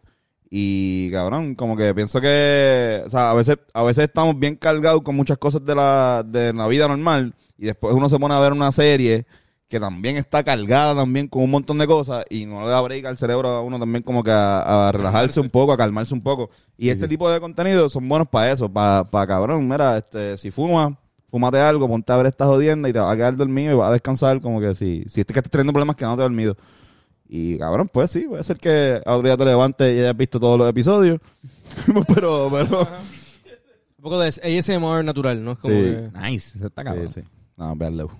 [SPEAKER 1] y cabrón, como que pienso que, o sea, a veces, a veces estamos bien cargados con muchas cosas de la, de la vida normal, y después uno se pone a ver una serie que también está cargada también con un montón de cosas y no le da break al cerebro a uno también como que a, a relajarse un poco, a calmarse un poco. Y este tipo de contenidos son buenos para eso, para, para cabrón, mira, este, si fumas, fúmate algo, ponte a ver esta jodienda y te vas a quedar dormido y vas a descansar como que si, si este que estás teniendo problemas quedándote dormido. Y cabrón, pues sí, puede ser que a otro día te levantes y hayas visto todos los episodios. [laughs] pero, pero.
[SPEAKER 3] Un poco de ASMR natural, ¿no? Es como
[SPEAKER 1] Sí.
[SPEAKER 3] que...
[SPEAKER 2] Nice. Eso está
[SPEAKER 1] Sí,
[SPEAKER 2] cabrón.
[SPEAKER 1] sí. No, véanlo.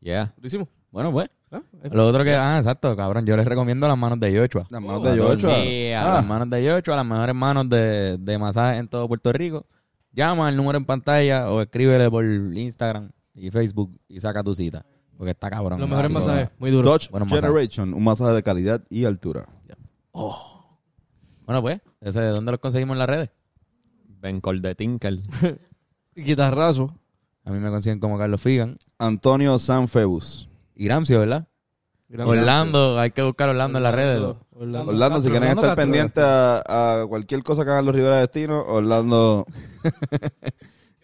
[SPEAKER 5] Yeah.
[SPEAKER 3] Durísimo.
[SPEAKER 2] Bueno, pues.
[SPEAKER 3] ¿Ah?
[SPEAKER 2] Lo otro que. Ah, exacto, cabrón. Yo les recomiendo las manos de Yochua.
[SPEAKER 1] Las manos
[SPEAKER 2] A
[SPEAKER 1] de
[SPEAKER 2] todo el
[SPEAKER 1] Yocho.
[SPEAKER 2] día,
[SPEAKER 1] Ah,
[SPEAKER 2] Las manos de Yocho, a las mejores manos de, de masaje en todo Puerto Rico. Llama al número en pantalla o escríbele por Instagram y Facebook y saca tu cita. Porque está cabrón.
[SPEAKER 3] Los mejores
[SPEAKER 2] Así que,
[SPEAKER 3] masajes. Muy duro.
[SPEAKER 1] Touch
[SPEAKER 2] Bueno, masaje.
[SPEAKER 1] Generation, un masaje de calidad y altura.
[SPEAKER 2] Bueno, pues, ese, ¿dónde los conseguimos en las redes?
[SPEAKER 5] Ben Col de Tinker.
[SPEAKER 3] Guitarrazo.
[SPEAKER 2] A mí me consiguen como Carlos Figan.
[SPEAKER 1] Antonio Sanfebus.
[SPEAKER 2] Y Gramsio, ¿verdad?
[SPEAKER 3] Gran-
[SPEAKER 2] Orlando, hay que buscar Orlando en las redes. loco.
[SPEAKER 3] Orlando.
[SPEAKER 1] Orlando, si
[SPEAKER 4] Castro,
[SPEAKER 1] quieren
[SPEAKER 4] Orlando
[SPEAKER 1] estar
[SPEAKER 4] Castro.
[SPEAKER 1] pendientes a, a cualquier cosa que hagan los Rivera Destino, Orlando.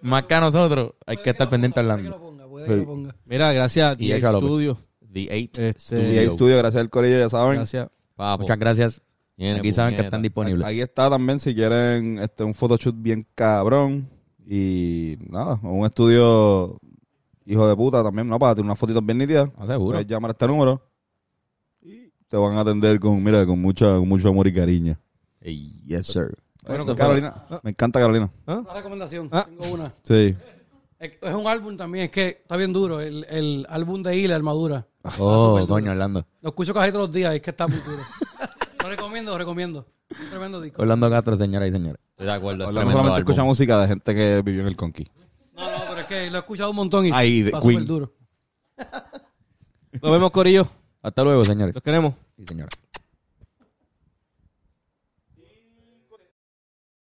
[SPEAKER 2] Más que a nosotros, hay que estar pendiente a
[SPEAKER 4] Puede
[SPEAKER 2] Orlando.
[SPEAKER 4] que lo ponga, puede que lo
[SPEAKER 1] Sí.
[SPEAKER 4] ponga.
[SPEAKER 3] Mira, gracias a
[SPEAKER 2] Y
[SPEAKER 3] DX
[SPEAKER 2] Echa López.
[SPEAKER 3] Studio.
[SPEAKER 5] The Eight
[SPEAKER 2] Eh,
[SPEAKER 3] Este,
[SPEAKER 1] Y ahí
[SPEAKER 5] Studio.
[SPEAKER 1] estudio, gracias al Corillo, ya saben.
[SPEAKER 3] Gracias.
[SPEAKER 5] Papo.
[SPEAKER 2] Muchas gracias.
[SPEAKER 5] Viene,
[SPEAKER 2] Aquí saben que
[SPEAKER 5] puñeta.
[SPEAKER 2] están disponibles.
[SPEAKER 1] Ahí está también si quieren este, un photoshoot bien cabrón. Y nada, un estudio hijo de puta también, ¿no? Para tener unas fotitos bien nítidas.
[SPEAKER 2] No, Ah, seguro.
[SPEAKER 1] Puedes llamar a este número y te van a atender con, mira, con, mucha, con mucho amor y cariño.
[SPEAKER 5] Ey.
[SPEAKER 2] Yes, sir.
[SPEAKER 3] Bueno,
[SPEAKER 1] Esto,
[SPEAKER 3] compadre.
[SPEAKER 1] Carolina,
[SPEAKER 3] Ah.
[SPEAKER 1] me encanta Carolina.
[SPEAKER 4] Una recomendación,
[SPEAKER 3] Ah.
[SPEAKER 4] tengo una.
[SPEAKER 1] Sí.
[SPEAKER 4] Es es un álbum también, es que está bien duro. El, el álbum de Ile, Armadura.
[SPEAKER 1] Ah. [laughs]
[SPEAKER 2] Oh, coño, Orlando.
[SPEAKER 4] Lo escucho casi todos los días, es que está muy duro. [laughs] lo recomiendo, lo recomiendo. Un tremendo disco.
[SPEAKER 2] Orlando Castro, señoras y señores.
[SPEAKER 5] Estoy de acuerdo. es
[SPEAKER 1] Hablando
[SPEAKER 5] tremendo
[SPEAKER 1] solamente
[SPEAKER 5] álbum.
[SPEAKER 1] escucha música de gente que vivió en el Conqui.
[SPEAKER 4] No, no, pero es que lo he escuchado un montón y
[SPEAKER 1] Ahí, de
[SPEAKER 4] está
[SPEAKER 1] Queen.
[SPEAKER 4] súper duro.
[SPEAKER 3] Nos vemos, Corillo.
[SPEAKER 2] Hasta luego, señores
[SPEAKER 3] Los queremos.
[SPEAKER 2] y señoras.